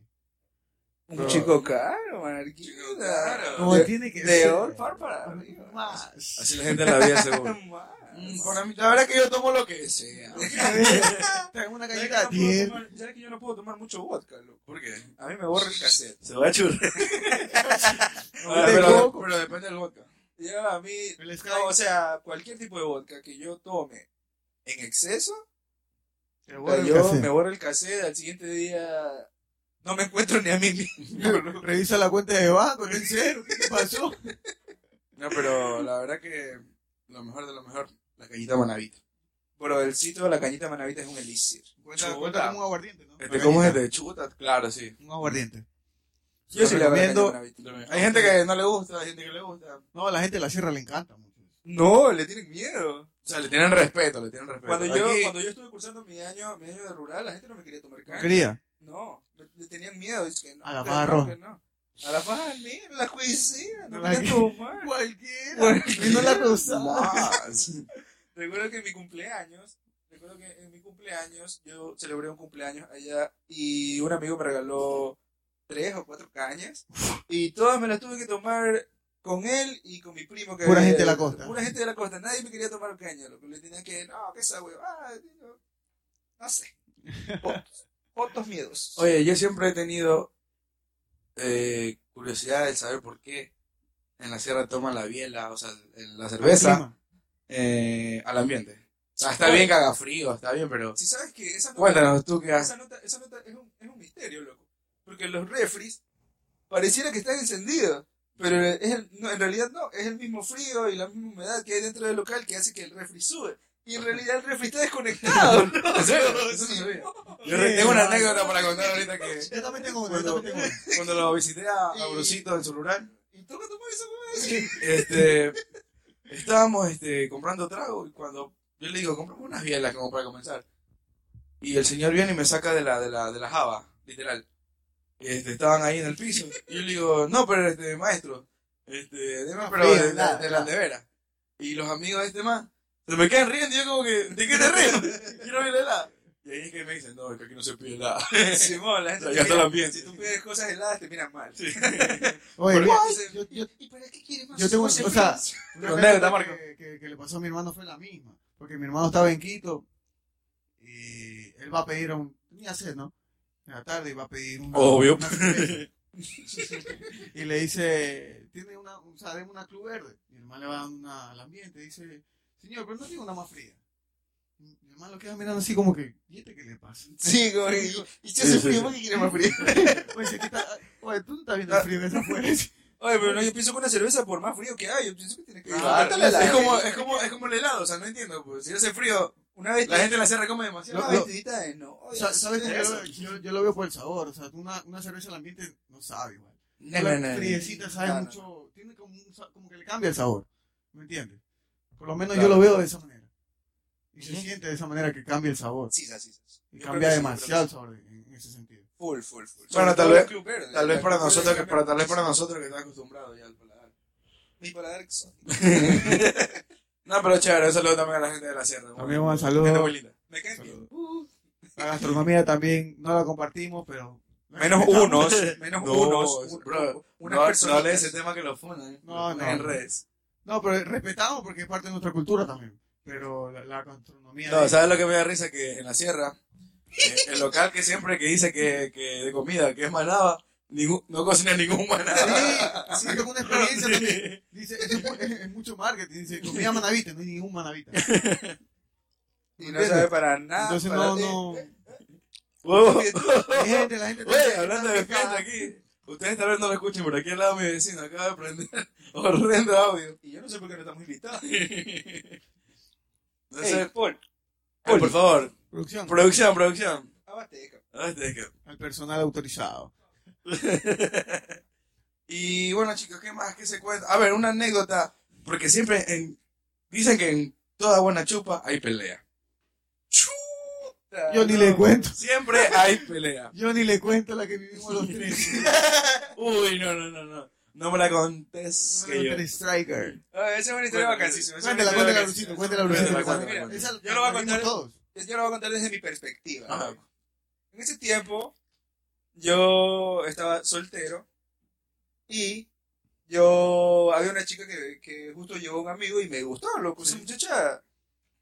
Speaker 2: Un
Speaker 1: Pero-
Speaker 2: chico caro, Marquita.
Speaker 1: Chico caro.
Speaker 3: Como
Speaker 2: De-
Speaker 3: tiene que
Speaker 2: De
Speaker 3: ser.
Speaker 2: Old Far para arriba.
Speaker 3: Más.
Speaker 1: Así la gente la veía seguro.
Speaker 2: Más.
Speaker 1: Mm, para mí, la verdad es que yo tomo lo que sea.
Speaker 3: Tengo una
Speaker 2: ¿Sabes
Speaker 3: galleta
Speaker 2: que no puedo
Speaker 3: de
Speaker 2: tomar- ¿Sabes que yo no puedo tomar mucho vodka, loco?
Speaker 1: ¿Por qué?
Speaker 2: A mí me borra el cassette.
Speaker 1: Se va a churrar.
Speaker 3: Ah, pero-
Speaker 1: pero, depende del vodka.
Speaker 2: Yo a mí,
Speaker 3: El Sky.
Speaker 2: no, o sea, cualquier tipo de vodka que yo tome en exceso,
Speaker 3: Te
Speaker 2: o
Speaker 3: voy a
Speaker 2: sea,
Speaker 3: dar
Speaker 2: yo
Speaker 3: el café.
Speaker 2: me borro el cassette, al siguiente día no me encuentro ni a mí mismo.
Speaker 3: Revisa la cuenta de banco, en cero, ¿qué te pasó?
Speaker 1: No, pero la verdad que lo mejor de lo mejor, la cañita manavita.
Speaker 2: Pero el sitio de la cañita manavita es un elixir.
Speaker 3: Cuenta,
Speaker 1: Chuta.
Speaker 3: cuenta como un aguardiente, ¿no?
Speaker 1: Este, ¿Cómo es de chuta? Claro, sí.
Speaker 3: Un aguardiente.
Speaker 2: Yo sí le hago la cañita
Speaker 3: recomiendo.
Speaker 2: manavita.
Speaker 1: Hay gente que no le gusta, hay gente que le gusta. O
Speaker 3: No, a la gente de la sierra le encanta mucho.
Speaker 2: No, le tienen miedo.
Speaker 1: sea, le tienen respeto, le tienen respeto.
Speaker 2: Cuando yo,
Speaker 1: Aquí-
Speaker 2: cuando yo estuve cursando mi año, mi año de rural, la gente no me quería tomar caña.
Speaker 3: Quería.
Speaker 2: No, le, le tenían miedo. Es que no,
Speaker 3: A la
Speaker 2: que
Speaker 3: faja
Speaker 2: no,
Speaker 3: roja.
Speaker 2: que no. A la faja negra, la juicea, no
Speaker 3: La
Speaker 2: me
Speaker 3: que-
Speaker 2: tomar.
Speaker 3: Cualquiera. Y no la rozaba.
Speaker 1: Más.
Speaker 2: Recuerdo que en mi cumpleaños, recuerdo que en mi cumpleaños, yo celebré un cumpleaños allá y un amigo me regaló tres o cuatro cañas y todas me las tuve que tomar con él y con mi primo. Que
Speaker 3: Pura gente de la costa.
Speaker 2: Pura gente de la costa. Nadie me quería tomar caña, loco. Le tenían que, no, que esa huevada, digo, no sé. Otros- Otros miedos.
Speaker 1: Oye, yo siempre he tenido eh, curiosidad de saber por qué en la sierra toman la biela, o sea, en la cerveza,
Speaker 3: Prima.
Speaker 1: eh, al ambiente. O sea, está
Speaker 2: Oye.
Speaker 1: bien que haga frío, está bien, pero...
Speaker 2: Si sabes que esa nota-
Speaker 1: Cuéntanos tú qué haces.
Speaker 2: Esa nota, esa nota es, un, es un misterio, loco. Porque los refries pareciera que están encendidos, pero es el- no, en realidad no. Es el mismo frío y la misma humedad que hay dentro del local que hace que el refri sube. Y en realidad el refri está desconectado. ¿no?
Speaker 1: ¿En serio? Eso no sabía. Yo re- tengo una anécdota para contar ahorita que
Speaker 3: Yo también tengo una, yo
Speaker 1: cuando,
Speaker 3: también tengo una.
Speaker 1: cuando lo visité a, a
Speaker 2: Y-
Speaker 1: Brucito en su rural,
Speaker 2: Y toca tomar esa
Speaker 1: este, estábamos este, comprando trago y cuando yo le digo, compramos unas bielas como para comenzar. Y el señor viene y me saca de la, de la, de la java, literal. Este, estaban ahí en el piso. Y yo le digo, no, pero este, maestro, este, deme, pero
Speaker 3: fría,
Speaker 1: de, la-
Speaker 3: nada,
Speaker 1: de la nevera. Y los amigos de este man se me quedan riendo y yo como que, ¿de qué te ríes? Quiero ver helada. Y ahí es que me dicen, no, es que aquí no se pide helada.
Speaker 2: huevada. Simón, la gente
Speaker 1: Ya
Speaker 2: te
Speaker 1: está el
Speaker 2: mira-
Speaker 1: ambiente.
Speaker 2: Si tú pides cosas heladas, te miran mal.
Speaker 3: Oye,
Speaker 2: Porque
Speaker 3: guay.
Speaker 2: dicen,
Speaker 3: yo- yo-
Speaker 2: ¿Y para qué quieres más?
Speaker 3: Yo tengo-
Speaker 2: cosas
Speaker 3: o sea,
Speaker 2: frías?"
Speaker 3: Una
Speaker 1: Con
Speaker 3: anécdota
Speaker 1: anécdota, Marco.
Speaker 3: Que, que- que le pasó a mi hermano fue la misma. Porque mi hermano estaba en Quito y él va a pedir a un. Tenía sed, ¿no? En la tarde y va a pedir un.
Speaker 1: Obvio.
Speaker 3: y le dice: Tiene una. O sea, deme una club verde. Y el hermano le va dando una al ambiente. y Dice: Señor, pero no tiene una más fría. Y Mi hermano lo queda mirando así como que. ¿Y este qué le pasa?
Speaker 2: Sí, como que- y si
Speaker 1: Sí,
Speaker 2: hace
Speaker 1: sí,
Speaker 2: frío,
Speaker 1: sí.
Speaker 2: ¿para qué quieres más frío?
Speaker 3: Oye, si aquí está- oye, tú no estás viendo el frío que está afuera.
Speaker 2: Oye, pero no, yo pienso que una cerveza, por más frío que hay, yo pienso que tienes que
Speaker 3: Claro.
Speaker 2: Cuéntale a la
Speaker 1: es, como,
Speaker 2: gente.
Speaker 1: es, como, es como el helado, o sea, no entiendo. Pues. Si hace frío,
Speaker 2: Una vez
Speaker 1: la gente en la sierra come demasiado.
Speaker 2: Una
Speaker 3: Lo-
Speaker 2: vestidita de no.
Speaker 3: Sa- ¿Sabes que
Speaker 2: Eso.
Speaker 3: yo, yo, yo lo veo por el sabor? O sea, una, una cerveza al ambiente no sabe igual.
Speaker 1: No,
Speaker 3: la
Speaker 1: no, no, no.
Speaker 3: friecita sabe
Speaker 2: No, no.
Speaker 3: mucho, tiene como, un sa- como que le cambia el sabor. ¿Me entiendes? Por lo menos
Speaker 1: Claro.
Speaker 3: yo lo veo de esa manera. Y se siente de esa manera que cambia el sabor.
Speaker 2: Sisas, sisas.
Speaker 3: Y
Speaker 2: Yo
Speaker 3: cambia
Speaker 2: creo que sí,
Speaker 3: demasiado el
Speaker 2: creo
Speaker 3: sabor en en ese sentido.
Speaker 2: que sí. Full, full, full.
Speaker 1: Bueno,
Speaker 2: Sobre
Speaker 1: tal
Speaker 2: todo
Speaker 1: vez-
Speaker 2: el Club Verde,
Speaker 1: Tal vez
Speaker 2: la
Speaker 1: para
Speaker 2: Club Verde
Speaker 1: nosotros, que,
Speaker 2: cambia
Speaker 1: para, tal vez para
Speaker 2: muchísimo.
Speaker 1: nosotros que está acostumbrado ya al paladar.
Speaker 2: Mi paladar exótico.
Speaker 1: No, pero chévere, un saludo también a la gente de la sierra.
Speaker 3: También un saludo.
Speaker 1: Gente muy linda.
Speaker 2: Me caen bien.
Speaker 1: Uh.
Speaker 3: La gastronomía también no la compartimos, pero.
Speaker 2: Menos unos, menos
Speaker 1: No,
Speaker 2: unos, un-
Speaker 1: bro,
Speaker 2: unas
Speaker 1: no,
Speaker 2: personas.
Speaker 1: no hables de ese tema que lo funan. eh.
Speaker 3: No,
Speaker 1: lo
Speaker 3: no.
Speaker 1: ponen En redes.
Speaker 3: No, pero respetamos porque es parte de nuestra cultura también. Pero la, la gastronomía.
Speaker 1: No,
Speaker 3: de-
Speaker 1: ¿sabes lo que me da risa? Que en la sierra, eh, el local que siempre que dice que, que de comida, que es manaba, ningún, no cocina ningún manaba.
Speaker 3: Sí, sí, tengo una experiencia también. Dice, es, es- es mucho marketing. Dice, comida manavita, no hay ningún manavita.
Speaker 2: Y no sabe para nada.
Speaker 3: Entonces,
Speaker 2: para
Speaker 3: no,
Speaker 2: ti.
Speaker 3: no.
Speaker 1: Oh,
Speaker 3: La gente, la gente.
Speaker 1: Oye, hablando de fiesta aquí, ustedes tal vez no lo escuchen, pero aquí al lado de mi vecino acaba de prender horrendo audio.
Speaker 2: Y yo no sé por qué no estamos invitados.
Speaker 1: Entonces,
Speaker 2: Ey, Paul,
Speaker 1: Ay, eh, por favor,
Speaker 3: Producción.
Speaker 1: producción, producción.
Speaker 2: abasteca.
Speaker 1: Ah, este es que-
Speaker 3: Al personal autorizado.
Speaker 1: y bueno, chicos, ¿qué más? ¿Qué se cuenta? A ver, una anécdota. Porque siempre en- dicen que en toda buena chupa hay pelea.
Speaker 3: Yo ni le cuento.
Speaker 1: Siempre hay pelea.
Speaker 3: Yo ni le cuento la que vivimos los tres.
Speaker 1: Uy, no, no, no, no. No me la contes. que yo-
Speaker 3: Los tres striker.
Speaker 2: Ah, Esa es una historia
Speaker 1: Cuéntale.
Speaker 2: vacancísima. esa es una
Speaker 3: Cuéntala,
Speaker 2: historia
Speaker 3: cuéntala,
Speaker 2: vacancísima.
Speaker 3: Lucito, cuéntala,
Speaker 1: Cuéntala,
Speaker 3: Lucito.
Speaker 1: cuéntala,
Speaker 3: Mira,
Speaker 1: cuéntala.
Speaker 3: esa
Speaker 2: Yo lo voy a
Speaker 3: la vimos
Speaker 2: contar.
Speaker 3: todos.
Speaker 2: Yo lo voy a contar desde mi perspectiva.
Speaker 1: Ajá.
Speaker 2: En ese tiempo, yo estaba soltero y yo había una chica que, que justo llegó un amigo y me gustó, loco. Esa muchacha,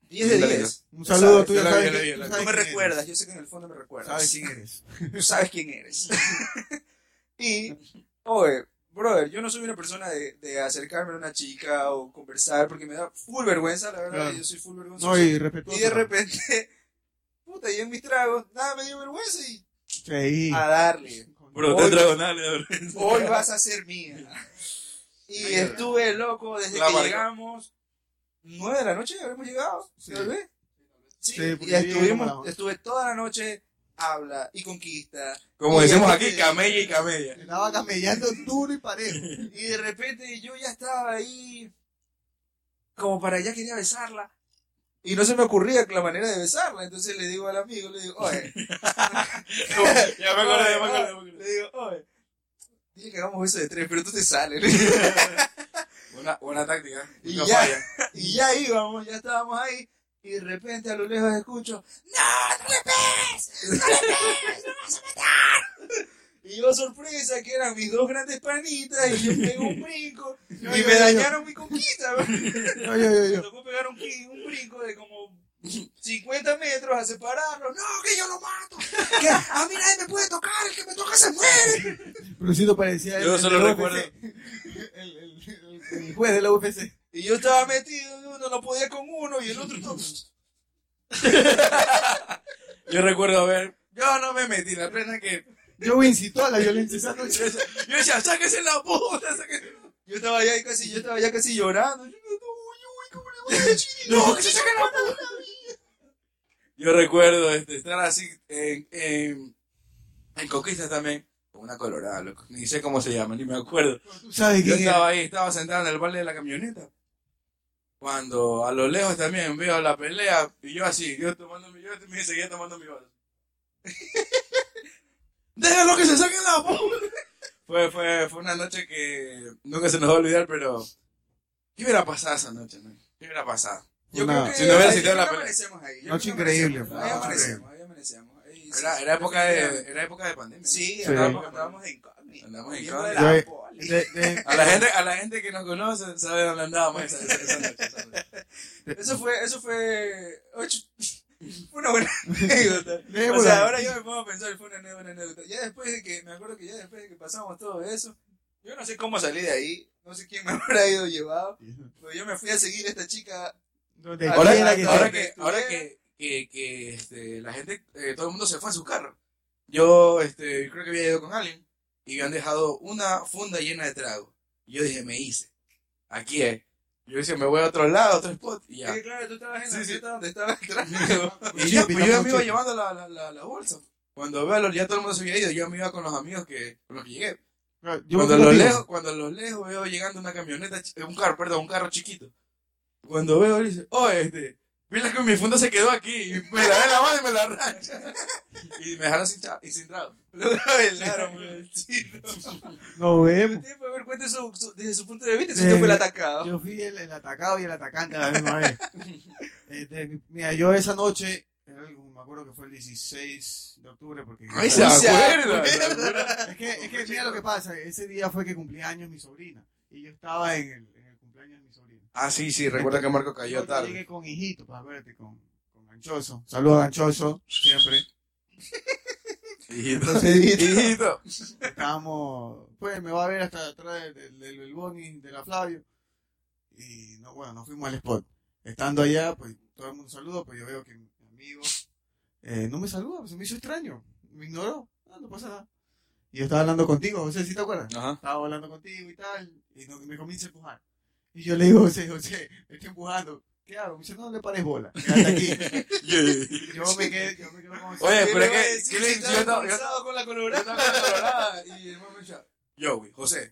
Speaker 2: 10 de
Speaker 1: Linda,
Speaker 2: 10.
Speaker 3: Un
Speaker 2: Sabes,
Speaker 3: saludo, tú
Speaker 1: yo
Speaker 3: ya
Speaker 1: la vi, yo
Speaker 3: sabes.
Speaker 1: la vi,
Speaker 3: que-
Speaker 1: yo
Speaker 3: tú
Speaker 1: la vi.
Speaker 3: sabes
Speaker 2: Tú me
Speaker 3: quién eres.
Speaker 2: recuerdas, yo sé que en el fondo me recuerdas.
Speaker 3: Sabes quién eres.
Speaker 2: Tú sabes quién eres. y, oye, brother, yo no soy una persona de, de acercarme a una chica o conversar porque me da full vergüenza, la verdad.
Speaker 3: Claro.
Speaker 2: Yo soy full vergüenza.
Speaker 3: No, y
Speaker 2: y
Speaker 3: respetuoso.
Speaker 2: de repente, puta, yo en mis tragos, nada, me dio vergüenza y
Speaker 3: Sí.
Speaker 2: a darle.
Speaker 1: Ah, Bro,
Speaker 2: Hoy-
Speaker 1: te trago nada, le doy-
Speaker 2: Hoy vas a ser mía. Y estuve loco desde
Speaker 1: La
Speaker 2: que
Speaker 1: marcó.
Speaker 2: llegamos. Nueve de la noche habremos llegado,
Speaker 3: Sí.
Speaker 2: tal vez. Sí,
Speaker 3: Sí, porque
Speaker 2: y
Speaker 3: llegamos a
Speaker 2: estuvimos,
Speaker 3: las-
Speaker 2: estuve toda la noche, habla y conquista.
Speaker 1: Como
Speaker 2: Y
Speaker 1: decimos
Speaker 2: es
Speaker 1: aquí,
Speaker 2: que-
Speaker 1: camella y camella.
Speaker 3: Estaba camellando duro y parejo.
Speaker 2: Y de repente yo ya estaba ahí, como para allá quería besarla. Y no se me ocurría la manera de besarla. Entonces le digo al amigo, le digo, oye,
Speaker 1: ya me acordé, ya me acordé, ya me acordé.
Speaker 2: le digo, oye, dile que hagamos beso de tres, pero tú te sales.
Speaker 1: Buena, buena táctica. ¿eh?
Speaker 2: Y
Speaker 1: Nunca
Speaker 2: ya.
Speaker 1: falla.
Speaker 2: Y ya íbamos, ya estábamos ahí. Y de repente a lo lejos escucho, ¡No, no le pegues! ¡No le pegues! ¡No vas a matar! Y yo sorpresa que eran mis dos grandes panitas y yo pego un brinco y
Speaker 3: Yo, yo,
Speaker 2: me
Speaker 3: yo.
Speaker 2: dañaron mi conquista. bro.
Speaker 3: Yo, yo, yo,
Speaker 2: Me
Speaker 3: yo.
Speaker 2: tocó pegar un, brin- un brinco de como 50 metros a separarlos. ¡No, que yo lo mato! Que a mí nadie me puede tocar, el que me toca se muere.
Speaker 3: Lucito parecía el,
Speaker 1: Yo
Speaker 3: el
Speaker 1: solo
Speaker 3: de la
Speaker 1: recuerdo-
Speaker 3: UFC. El, el- el- el juez de la UFC.
Speaker 2: Y yo estaba metido, y uno no podía con uno y el otro todo.
Speaker 1: Yo recuerdo ver. Yo no me metí, la plena que.
Speaker 3: Yo incitó a la violencia esa noche.
Speaker 1: Yo decía, sáquese la puta, sáquese.
Speaker 2: Yo estaba ya casi, yo estaba ya casi llorando. Yo, no, uy, ¿cómo le voy a decir?
Speaker 1: No, que se saque la puta. Yo recuerdo este, estar así en, en, en Conquistas también. Con una colorada, loco. Ni sé cómo se llama, ni me acuerdo.
Speaker 3: Tú sabes
Speaker 1: Yo
Speaker 3: quién
Speaker 1: estaba
Speaker 3: era.
Speaker 1: ahí, estaba sentado en el balde de la camioneta. Cuando a lo lejos también veo la pelea y yo así, yo tomando mi yo me seguía tomando mi vaso. Déjalo que se saquen la puta. Fue, fue, fue una noche que nunca se nos va a olvidar, pero ¿qué hubiera pasado esa noche? no? ¿Qué hubiera pasado?
Speaker 2: Yo
Speaker 3: Una-
Speaker 2: creo que
Speaker 1: Si no hubiera
Speaker 2: ahí-
Speaker 1: sido la
Speaker 2: creo que
Speaker 1: pelea.
Speaker 2: amanecemos ahí. Yo
Speaker 3: Noche
Speaker 2: creo que amanecemos.
Speaker 3: increíble,
Speaker 2: Ahí
Speaker 1: fue.
Speaker 2: amanecemos, ahí amanecemos. Ahí sí,
Speaker 1: Era,
Speaker 2: sí,
Speaker 1: era
Speaker 2: sí,
Speaker 1: época de, era época de pandemia. ¿no?
Speaker 2: Sí,
Speaker 3: Sí.
Speaker 2: andábamos, andábamos en Cali.
Speaker 1: Andábamos en
Speaker 2: Viendo de
Speaker 1: Cali.
Speaker 2: la
Speaker 3: Yo-
Speaker 2: poli.
Speaker 3: De- de-
Speaker 1: A la gente, a la gente que nos conoce sabe dónde andábamos esa, esa- esa noche, esa noche.
Speaker 2: Eso fue, eso fue. ocho- fue una buena anécdota.
Speaker 3: de-
Speaker 2: O sea, ahora yo me pongo a pensar, fue una ne- buena anécdota. Ya después de que, me acuerdo que ya después de que pasamos todo eso, yo no sé cómo salí de ahí, no sé quién me habrá ido llevado, pero yo me fui a seguir a esta chica.
Speaker 3: Donde
Speaker 2: Ahora-
Speaker 1: Ahora,
Speaker 3: quiera
Speaker 1: ahora
Speaker 3: que
Speaker 1: que,
Speaker 2: ahora
Speaker 1: ahora
Speaker 3: sea.
Speaker 2: que estuviera.
Speaker 1: que- que- que, este, la gente, eh, todo el mundo se fue a su carro. Yo este, creo que había ido con alguien y me han dejado una funda llena de trago. Y yo dije, me hice. Aquí es. Yo dije, me voy a otro lado, a otro spot. Y ya.
Speaker 2: Porque claro, tú estabas en la
Speaker 1: Sí, sí.
Speaker 2: fiesta donde estaba el trago.
Speaker 1: Y yo, pues, yo me iba
Speaker 3: Muchísimo.
Speaker 1: llevando la, la, la, la bolsa. Cuando veo a los, ya todo el mundo se había ido, yo me iba con los amigos que, con los que llegué.
Speaker 3: Yo
Speaker 1: cuando a
Speaker 3: me
Speaker 1: lo
Speaker 3: motivo.
Speaker 1: lejos, cuando a lo lejos veo llegando una camioneta, chi- eh, un carro, perdón, un carro chiquito. Cuando veo, dice, oh, este, Mira que mi funda se quedó aquí. Y me lavé la mano y me la racha. Y me dejaron sin, cha- y sin trago.
Speaker 2: Lo revelaron, güey. Sí, no.
Speaker 3: No vemos.
Speaker 2: Usted puede ver cuenta su, su- desde su punto de vista
Speaker 3: Eh,
Speaker 2: si usted fue el atacado.
Speaker 3: Yo fui el, el atacado y el atacante a la misma vez. Este, mira, yo esa noche, era algo- me acuerdo que fue el 16 de octubre, porque...
Speaker 1: Ay, se
Speaker 2: se
Speaker 1: acuerda.
Speaker 2: acuerda.
Speaker 3: Es que, es que mira lo que pasa, ese día fue que cumplía años mi sobrina, y yo estaba en el, en el cumpleaños de mi sobrina.
Speaker 1: Ah, sí, sí, recuerda que Marco cayó
Speaker 3: Yo
Speaker 1: tarde.
Speaker 3: llegué con hijito, para verte, con, con Ganchoso. Saludos a Ganchoso, siempre.
Speaker 1: Hijito.
Speaker 3: Hijito.
Speaker 1: Hijito.
Speaker 3: Estábamos, pues me va a ver hasta atrás del, del, del boni de la Flavio. Y no, bueno, nos fuimos al spot. Estando allá, pues todo el mundo saluda, pues yo veo que mi amigo eh, no me saluda, pues, se me hizo extraño, me ignoró, ah, no pasa nada. Y yo estaba hablando contigo, José, ¿sí te acuerdas?
Speaker 1: Ajá.
Speaker 3: Estaba hablando contigo y tal, y no- me comienza a empujar. Y yo le digo, José, José, me está empujando. ¿Qué hago? Me dice, no le pares bola, quédate aquí. yo me quedé, yo me quedo como...
Speaker 1: Oye,
Speaker 2: Pero
Speaker 1: pero
Speaker 2: voy a
Speaker 1: es que yo,
Speaker 2: decir si
Speaker 1: le-
Speaker 2: estaba
Speaker 1: yo no- yo-
Speaker 2: expulsado con la
Speaker 1: yo
Speaker 2: colorada.
Speaker 1: estaba colorada y el man me decía, yo, güey, José,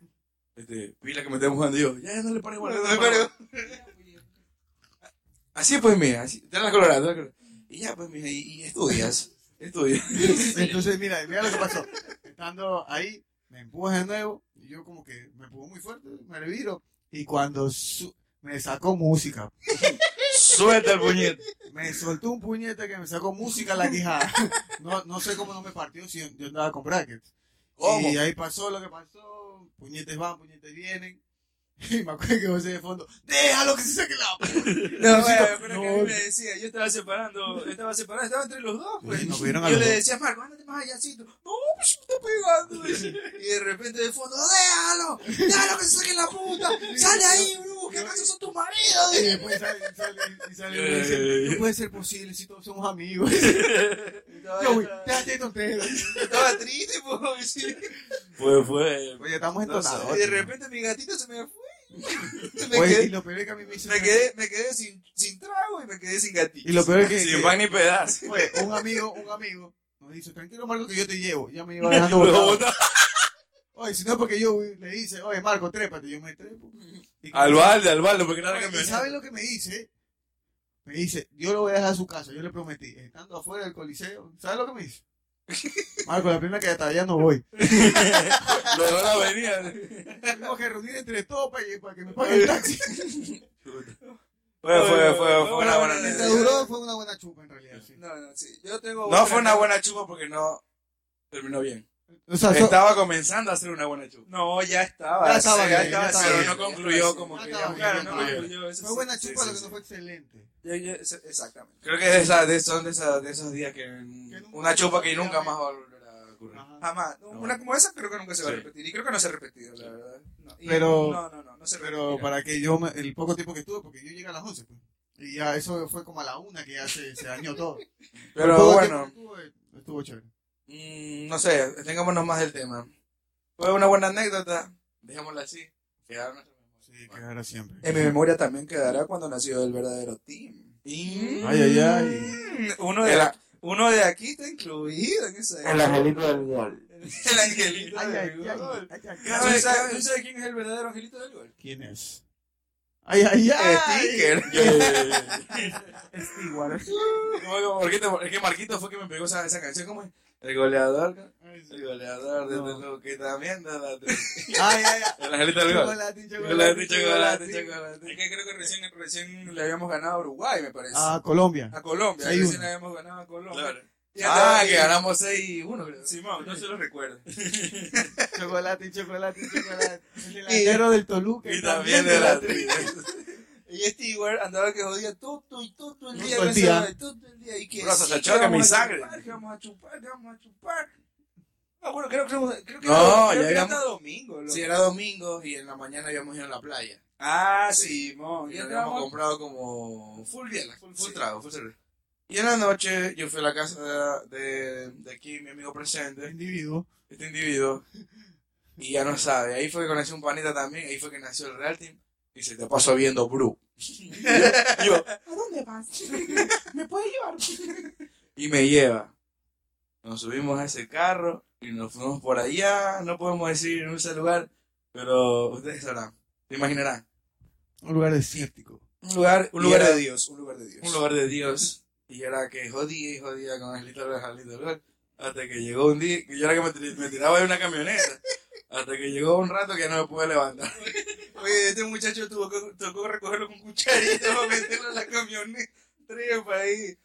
Speaker 1: este, pila que me estemos jugando y yo, ya, ya no le pares igual,
Speaker 2: No
Speaker 1: no
Speaker 2: le
Speaker 1: le pares igual. Así pues, mira, así, te la colorada, te la colorada. Y ya, pues, mira, y, y estudias, estudias.
Speaker 3: Entonces, mira, mira lo que pasó. Estando ahí, me empuja de nuevo y yo como que me empujó muy fuerte, me reviro y cuando su- me sacó música,
Speaker 1: Suelta el puñete.
Speaker 3: me soltó un puñete que me sacó música a la quijada. No, no sé cómo no me partió si yo- yo andaba con brackets.
Speaker 1: ¿Cómo?
Speaker 3: Y ahí pasó lo que pasó, puñetes van, puñetes vienen. Y me acuerdo que José de fondo, déjalo que se saque la puta".
Speaker 2: No, güey, pero que a mí
Speaker 3: No.
Speaker 2: me decía, yo estaba separando, estaba separando, estaba entre los dos, pues.
Speaker 3: Sí, nos
Speaker 2: Y
Speaker 3: vieron a
Speaker 2: yo
Speaker 3: los
Speaker 2: le
Speaker 3: dos.
Speaker 2: decía, Marco, ándate más allá, así, tú, no, pues me está pegando. Y de repente de fondo, déjalo, déjalo que se saque la puta, sale ahí, bro, que acaso son tus maridos.
Speaker 3: Y después sale, y sale, y sale y me
Speaker 1: Eh.
Speaker 3: dice, no puede ser posible si todos somos amigos.
Speaker 2: Estaba-
Speaker 3: Yo, güey, déjate de tonterías.
Speaker 2: Estaba triste, pues. sí.
Speaker 1: Pues fue.
Speaker 3: Oye, estamos
Speaker 2: No sé,
Speaker 3: entonados.
Speaker 2: y de repente mi gatito se me fue. Me
Speaker 3: Oye, y
Speaker 2: quedé,
Speaker 3: lo peor es que a mí me hizo
Speaker 2: me quedé, me quedé sin, sin trago y me quedé sin gatito.
Speaker 3: Y lo peor es que,
Speaker 1: Sin
Speaker 3: que-
Speaker 1: pan ni pedazo.
Speaker 3: oye, un amigo, un amigo nos dice, tranquilo Marco que yo te llevo. Ya me iba dejando
Speaker 1: Lo
Speaker 3: botado.
Speaker 1: botaba
Speaker 3: Oye, si no es porque yo güey, le dice, oye Marco, trépate, yo me trepo. Y-
Speaker 1: Al balde, al balde, porque nada
Speaker 3: Oye,
Speaker 1: que
Speaker 3: ¿Y sabes
Speaker 1: me.
Speaker 3: lo que me dice? Me dice, yo lo voy a dejar a su casa, yo le prometí, estando afuera del coliseo, ¿sabes lo que me dice? Marco, la primera que hasta allá no voy.
Speaker 1: Lo dejó en la avenida.
Speaker 3: Tengo que reunir entre todos para, que- para que me paguen el taxi.
Speaker 1: Fue, fue, fue,
Speaker 2: Fue
Speaker 1: fue una buena
Speaker 3: Mientras
Speaker 1: anécdota.
Speaker 3: duró, fue una buena chupa en realidad. sí.
Speaker 2: No, no, sí. Yo tengo
Speaker 1: No fue una buena chupa porque no terminó bien.
Speaker 3: O sea, so-
Speaker 1: Estaba comenzando a hacer una buena chupa.
Speaker 2: No, ya estaba.
Speaker 3: Ya estaba
Speaker 2: sí,
Speaker 3: bien, ya estaba
Speaker 2: sí,
Speaker 3: bien.
Speaker 2: no concluyó como
Speaker 3: Ya
Speaker 2: que
Speaker 3: estaba bien,
Speaker 2: Claro,
Speaker 3: ya
Speaker 2: no
Speaker 3: estaba bien.
Speaker 2: concluyó. eso
Speaker 3: fue
Speaker 2: sí,
Speaker 3: buena
Speaker 2: sí,
Speaker 3: chupa,
Speaker 2: sí,
Speaker 3: lo que
Speaker 2: sí.
Speaker 3: no fue excelente.
Speaker 2: Ya, ya, eso- Exactamente.
Speaker 1: Creo que es de esa- de- son de, esa- de esos días que.
Speaker 3: nunca-
Speaker 1: Una chupa que nunca más va a volver a ocurrir.
Speaker 3: Ajá.
Speaker 2: Jamás. No,
Speaker 1: No.
Speaker 2: Una como esa creo que nunca se va a
Speaker 1: Sí.
Speaker 2: repetir. Y creo que no se ha repetido, la verdad. No, y-
Speaker 3: Pero-
Speaker 2: No, no, no, no se
Speaker 3: Pero
Speaker 2: repetirá.
Speaker 3: para que yo, me- el poco tiempo que estuve, porque yo llegué a las 11, pues. Y ya eso fue como a la una que ya se, se dañó todo. El
Speaker 1: Pero
Speaker 3: poco
Speaker 1: bueno,
Speaker 3: tiempo que estuve, estuvo chévere.
Speaker 1: mm, no sé, tengámonos más del tema. Fue una buena anécdota, dejémosla así. Quedaron nuestras memorias.
Speaker 3: Sí, quedará siempre.
Speaker 2: En mi memoria también quedará cuando nació el verdadero team.
Speaker 1: Y-
Speaker 3: Ay, ay, ay.
Speaker 2: Uno de,
Speaker 1: El a-
Speaker 2: uno de aquí está incluido en ese.
Speaker 1: angelito del gol.
Speaker 2: El angelito
Speaker 3: Ay, ay,
Speaker 2: del
Speaker 3: ay,
Speaker 2: gol.
Speaker 3: ay, ay,
Speaker 2: ¿Tú
Speaker 3: ay.
Speaker 2: sabes, tú sabes quién es el verdadero angelito del gol?
Speaker 3: ¿Quién es? Ay, ay, ay.
Speaker 2: Sticker.
Speaker 3: Es igual.
Speaker 1: Es que Marquito fue que me pegó esa, esa canción, ¿cómo es? El goleador, el goleador de
Speaker 3: No.
Speaker 1: lo que también da la
Speaker 3: Ay, ay, Ah, ay.
Speaker 1: El angelito del gol.
Speaker 3: Chocolate,
Speaker 1: Chocolate, chocolate,
Speaker 2: Es
Speaker 1: chocolate.
Speaker 2: que creo que recién, recién le habíamos ganado a Uruguay, me parece.
Speaker 3: Ah, Colombia.
Speaker 2: a Colombia,
Speaker 3: seis
Speaker 2: recién
Speaker 3: uno.
Speaker 2: le habíamos ganado a Colombia. Y andaba
Speaker 1: Ah,
Speaker 2: ahí.
Speaker 1: que ganamos 6-1, creo.
Speaker 2: Simón, no se lo recuerdo.
Speaker 3: Chocolate, chocolate, chocolate. El delantero del Toluca.
Speaker 1: Y también de la
Speaker 3: tri-
Speaker 1: tribu.
Speaker 2: Y Stewart andaba que jodía todo y todo el día.
Speaker 3: Todo el
Speaker 2: con
Speaker 3: día.
Speaker 2: esa- Todo el día. Y que
Speaker 1: Bro, se
Speaker 2: sí,
Speaker 1: achó
Speaker 2: que
Speaker 1: que
Speaker 2: vamos
Speaker 1: mi
Speaker 2: a
Speaker 1: sangre.
Speaker 2: chupar, que vamos a chupar, que vamos a chupar. Ah, bueno, creo, creo, creo que
Speaker 1: No,
Speaker 2: era,
Speaker 1: ya
Speaker 2: creo que era
Speaker 1: habíamos-
Speaker 2: hasta domingo. loco.
Speaker 1: Si era domingo y en la mañana habíamos ido a la playa.
Speaker 2: Ah,
Speaker 1: Sí.
Speaker 2: Simón.
Speaker 1: Y
Speaker 2: ya
Speaker 1: habíamos
Speaker 2: estábamos-
Speaker 1: comprado como full biela, full,
Speaker 2: Sí.
Speaker 1: trago, full cerveza. Y en la noche yo fui a la casa de, de aquí, mi amigo presente,
Speaker 3: Individuo.
Speaker 1: este individuo, y ya no sabe. Ahí fue que conocí un panita también, ahí fue que nació el Real Team, y se te pasó viendo Bru. Y yo, yo, ¿a dónde vas? ¿Me puedes llevar? Y me lleva. Nos subimos a ese carro y nos fuimos por allá, no podemos decir en ese lugar, pero ustedes sabrán, se imaginarán.
Speaker 3: Un lugar desértico.
Speaker 1: Un lugar,
Speaker 2: Un lugar
Speaker 1: y era
Speaker 2: de Dios, un lugar de Dios.
Speaker 1: Un lugar de Dios. Y era que jodía y jodía con el Little Girl, el Little Girl, Hasta que llegó un día, que yo era que me, tir- me tiraba de una camioneta. Hasta que llegó un rato que no me pude levantar.
Speaker 2: Oye, este muchacho tuvo que, tocó recogerlo con cucharita para meterlo en la camioneta. Traía para ahí.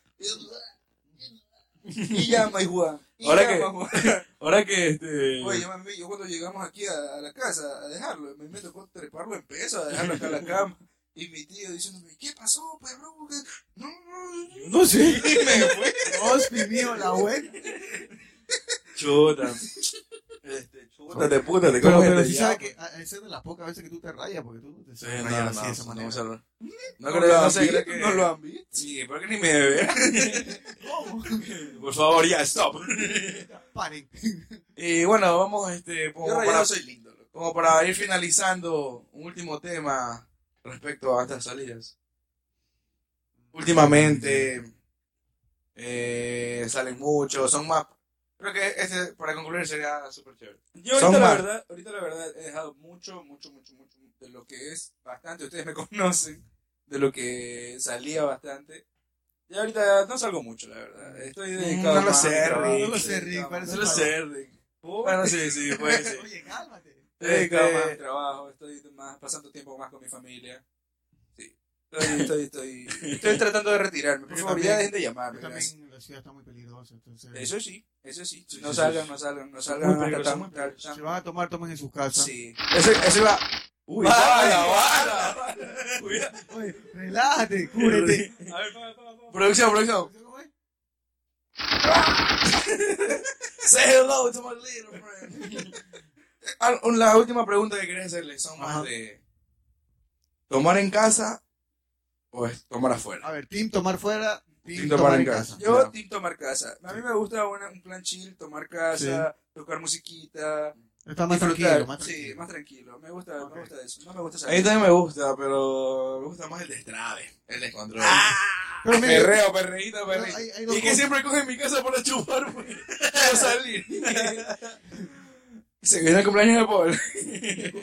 Speaker 2: Y llama, y Juan. Y
Speaker 1: Ahora
Speaker 2: llama,
Speaker 1: que-
Speaker 2: Juan.
Speaker 1: Ahora que este.
Speaker 2: Oye, yo, me- yo cuando llegamos aquí a, a la casa a dejarlo, me meto con treparlo en peso, a dejarlo acá en la cama. Y mi tío diciéndome, ¿qué pasó, perro? ¿Qué- No, no, no.
Speaker 3: No sé.
Speaker 2: Y me fue.
Speaker 3: Dios mío, la web.
Speaker 1: Chuta. Este, chuta de puta, te
Speaker 3: Pero,
Speaker 1: coges
Speaker 3: pero
Speaker 1: este
Speaker 3: si
Speaker 1: ya.
Speaker 3: sabes que a- esa es de las pocas veces que tú te rayas, porque tú te
Speaker 1: Sí,
Speaker 3: sabes
Speaker 1: no,
Speaker 3: rayar
Speaker 1: no,
Speaker 3: así de esa
Speaker 1: no,
Speaker 3: manera.
Speaker 1: no, no, no,
Speaker 2: No
Speaker 1: creo-
Speaker 2: lo
Speaker 1: no
Speaker 2: han
Speaker 1: sé, creo
Speaker 2: visto,
Speaker 1: que.
Speaker 2: no lo han visto.
Speaker 1: Sí, ¿por qué ni me bebé? Por favor, ya, stop.
Speaker 3: Paren.
Speaker 1: Y bueno, vamos este,
Speaker 2: Yo
Speaker 1: como, para,
Speaker 2: rayado soy lindo, loco.
Speaker 1: como para ir finalizando, un último tema respecto a estas salidas. Últimamente eh, salen mucho, son más. Creo que este, para concluir, sería súper chévere.
Speaker 2: Yo
Speaker 1: Son
Speaker 2: ahorita la,
Speaker 1: mal.
Speaker 2: verdad, ahorita la verdad he dejado mucho, mucho, mucho, mucho de lo que es bastante, ustedes me conocen, de lo que salía bastante. Y ahorita no salgo mucho, la verdad. Estoy dedicado
Speaker 1: No lo
Speaker 2: más
Speaker 1: sé,
Speaker 2: a mi
Speaker 1: Rick.
Speaker 2: trabajo.
Speaker 1: No
Speaker 3: lo sé, Rick,
Speaker 2: Dedicado más-
Speaker 3: parece
Speaker 2: No lo sé, Rick.
Speaker 1: Bueno, sí, sí, pues sí.
Speaker 3: Oye, cálmate.
Speaker 2: Estoy dedicado
Speaker 1: Este-
Speaker 2: más a mi trabajo, estoy más, pasando tiempo más con mi familia. Sí. Estoy, estoy, estoy, estoy tratando de retirarme. Por
Speaker 3: Yo
Speaker 2: favor, ya
Speaker 3: también.
Speaker 2: dejen de llamarme.
Speaker 3: Pero
Speaker 2: gracias.
Speaker 3: también la ciudad está muy peligrosa, entonces...
Speaker 2: Eso sí, eso sí.
Speaker 1: Sí,
Speaker 2: No
Speaker 1: sí,
Speaker 2: salgan,
Speaker 1: sí.
Speaker 2: no salgan, no
Speaker 1: Muy
Speaker 2: salgan. hasta
Speaker 1: peligroso,
Speaker 2: tan-
Speaker 1: muy peligroso.
Speaker 3: Si van a tomar, tomen en sus casas.
Speaker 2: Sí.
Speaker 1: Ese, ese va. Uy, bala, bala.
Speaker 2: Cuidado.
Speaker 3: Oye, relájate, cúbrete.
Speaker 2: A ver, pa, pa, pa.
Speaker 1: Producción, producción.
Speaker 3: ¿Cómo es?
Speaker 1: Say hello to my little friend. Ah, La última pregunta que quería hacerle son más
Speaker 3: Ajá.
Speaker 1: de tomar en casa o es tomar afuera.
Speaker 3: A ver, team tomar fuera,
Speaker 1: Team
Speaker 3: team, tomar, en casa.
Speaker 2: Yo
Speaker 1: Claro.
Speaker 2: tip tomar casa. A mí me gusta una- un plan chill, tomar casa, tocar musiquita.
Speaker 3: Está más
Speaker 2: disfrutar.
Speaker 3: tranquilo, más
Speaker 2: Sí,
Speaker 3: tranquilo.
Speaker 2: más tranquilo. Me gusta,
Speaker 3: Ok.
Speaker 2: me gusta eso. No me gusta
Speaker 1: A mí
Speaker 2: salir.
Speaker 1: también me gusta, pero me gusta más el destrave, el descontrol.
Speaker 2: Ah,
Speaker 3: Pero mira,
Speaker 1: Perreo, perreíta, perreíta.
Speaker 3: hay, hay dos
Speaker 1: Y que
Speaker 3: cosas.
Speaker 1: siempre cogen mi casa para chupar, pues, para salir. Se viene el cumpleaños de Paul.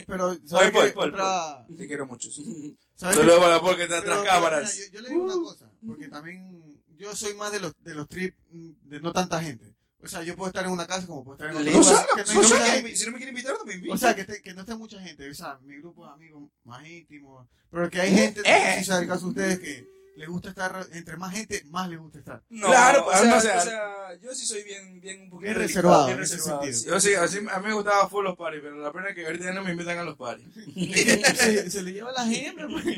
Speaker 3: Pero,
Speaker 1: Oye,
Speaker 3: ¿sabes
Speaker 1: Paul,
Speaker 3: qué?
Speaker 1: Paul,
Speaker 3: Otra-
Speaker 2: Te quiero mucho.
Speaker 3: ¿sabes qué?
Speaker 1: Saludos para Paul que está
Speaker 3: Pero,
Speaker 1: tras
Speaker 3: pero,
Speaker 1: cámaras.
Speaker 3: mira, Yo, yo le digo una cosa, porque también yo soy más de los, de los trips mm, de no tanta gente. O sea, yo puedo estar en una casa como puedo estar en otra.
Speaker 1: No
Speaker 3: casa,
Speaker 1: salgo,
Speaker 3: que no hay
Speaker 2: No me
Speaker 3: mucha gente.
Speaker 2: quiere- si no me quieren invitar, no me invitan.
Speaker 3: O sea, que, esté- que no esté mucha gente, o sea, mi grupo de amigos más íntimo, pero que hay gente, no sé si sea el caso de ustedes, que les gusta estar, entre más gente, más les gusta estar.
Speaker 2: no,
Speaker 1: claro,
Speaker 2: claro,
Speaker 1: pues,
Speaker 2: o sea,
Speaker 1: no sé.
Speaker 2: o sea, yo sí soy bien, bien un poquito
Speaker 3: Bien
Speaker 2: delicado,
Speaker 3: reservado,
Speaker 2: bien
Speaker 3: en ese
Speaker 2: reservado,
Speaker 3: sentido.
Speaker 2: sí.
Speaker 1: Yo sí, así, a mí me gustaba full los paris, pero la pena es que ahorita ya no me invitan a los paris.
Speaker 3: se, se le lleva la gente, pues.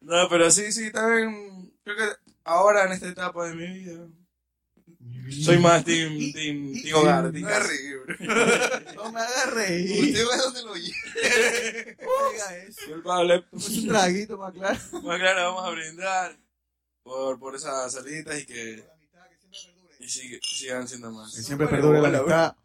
Speaker 1: No, pero sí, sí, también. Creo que ahora en esta etapa de mi vida. Soy más team, team, team hogar, team
Speaker 2: No
Speaker 1: casa.
Speaker 2: me ríe, bro.
Speaker 3: No me hagas reír.
Speaker 2: Usted va donde lo oye.
Speaker 3: Oiga eso.
Speaker 1: Culpable.
Speaker 3: Un traguito más claro.
Speaker 1: Más claro, vamos a brindar por, por esas saliditas y que y sig- sigan siendo más.
Speaker 3: siempre
Speaker 2: Bueno,
Speaker 3: perdure la
Speaker 2: bueno,
Speaker 3: amistad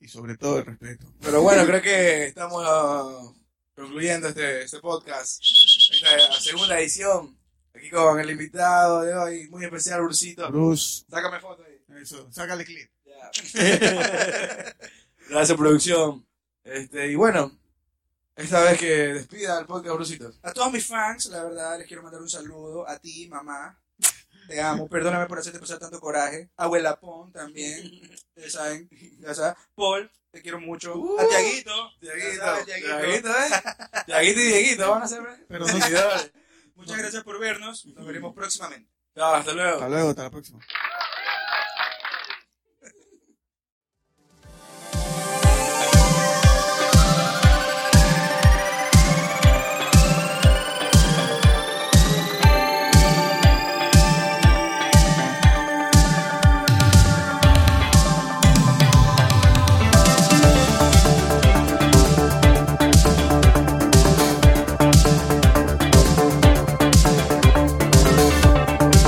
Speaker 3: y sobre todo el respeto.
Speaker 1: Pero bueno, creo que estamos ah, concluyendo este, este podcast. Esta segunda edición. Aquí con el invitado de hoy, muy especial, Brucito.
Speaker 3: Bruce,
Speaker 1: Sácame foto ahí.
Speaker 3: eso, sácale clip.
Speaker 1: Ya. Gracias, producción. Este, y bueno, esta vez que despida el podcast, Brucito.
Speaker 2: A todos mis fans, la verdad, les quiero mandar un saludo. A ti, mamá. Te amo. Perdóname por hacerte pasar tanto coraje. Abuela Pon también. Ustedes saben. Ya sabes. Paul, te quiero mucho.
Speaker 1: Uh,
Speaker 2: a Tiaguito.
Speaker 1: Dieguito,
Speaker 2: Ya sabes, Dieguito.
Speaker 1: Dieguito, ¿eh? Dieguito y Dieguito, van a ser
Speaker 3: Pero no,
Speaker 1: seguidores.
Speaker 2: Muchas gracias por vernos. Nos veremos próximamente.
Speaker 1: Chao, hasta luego.
Speaker 3: hasta luego, hasta la próxima.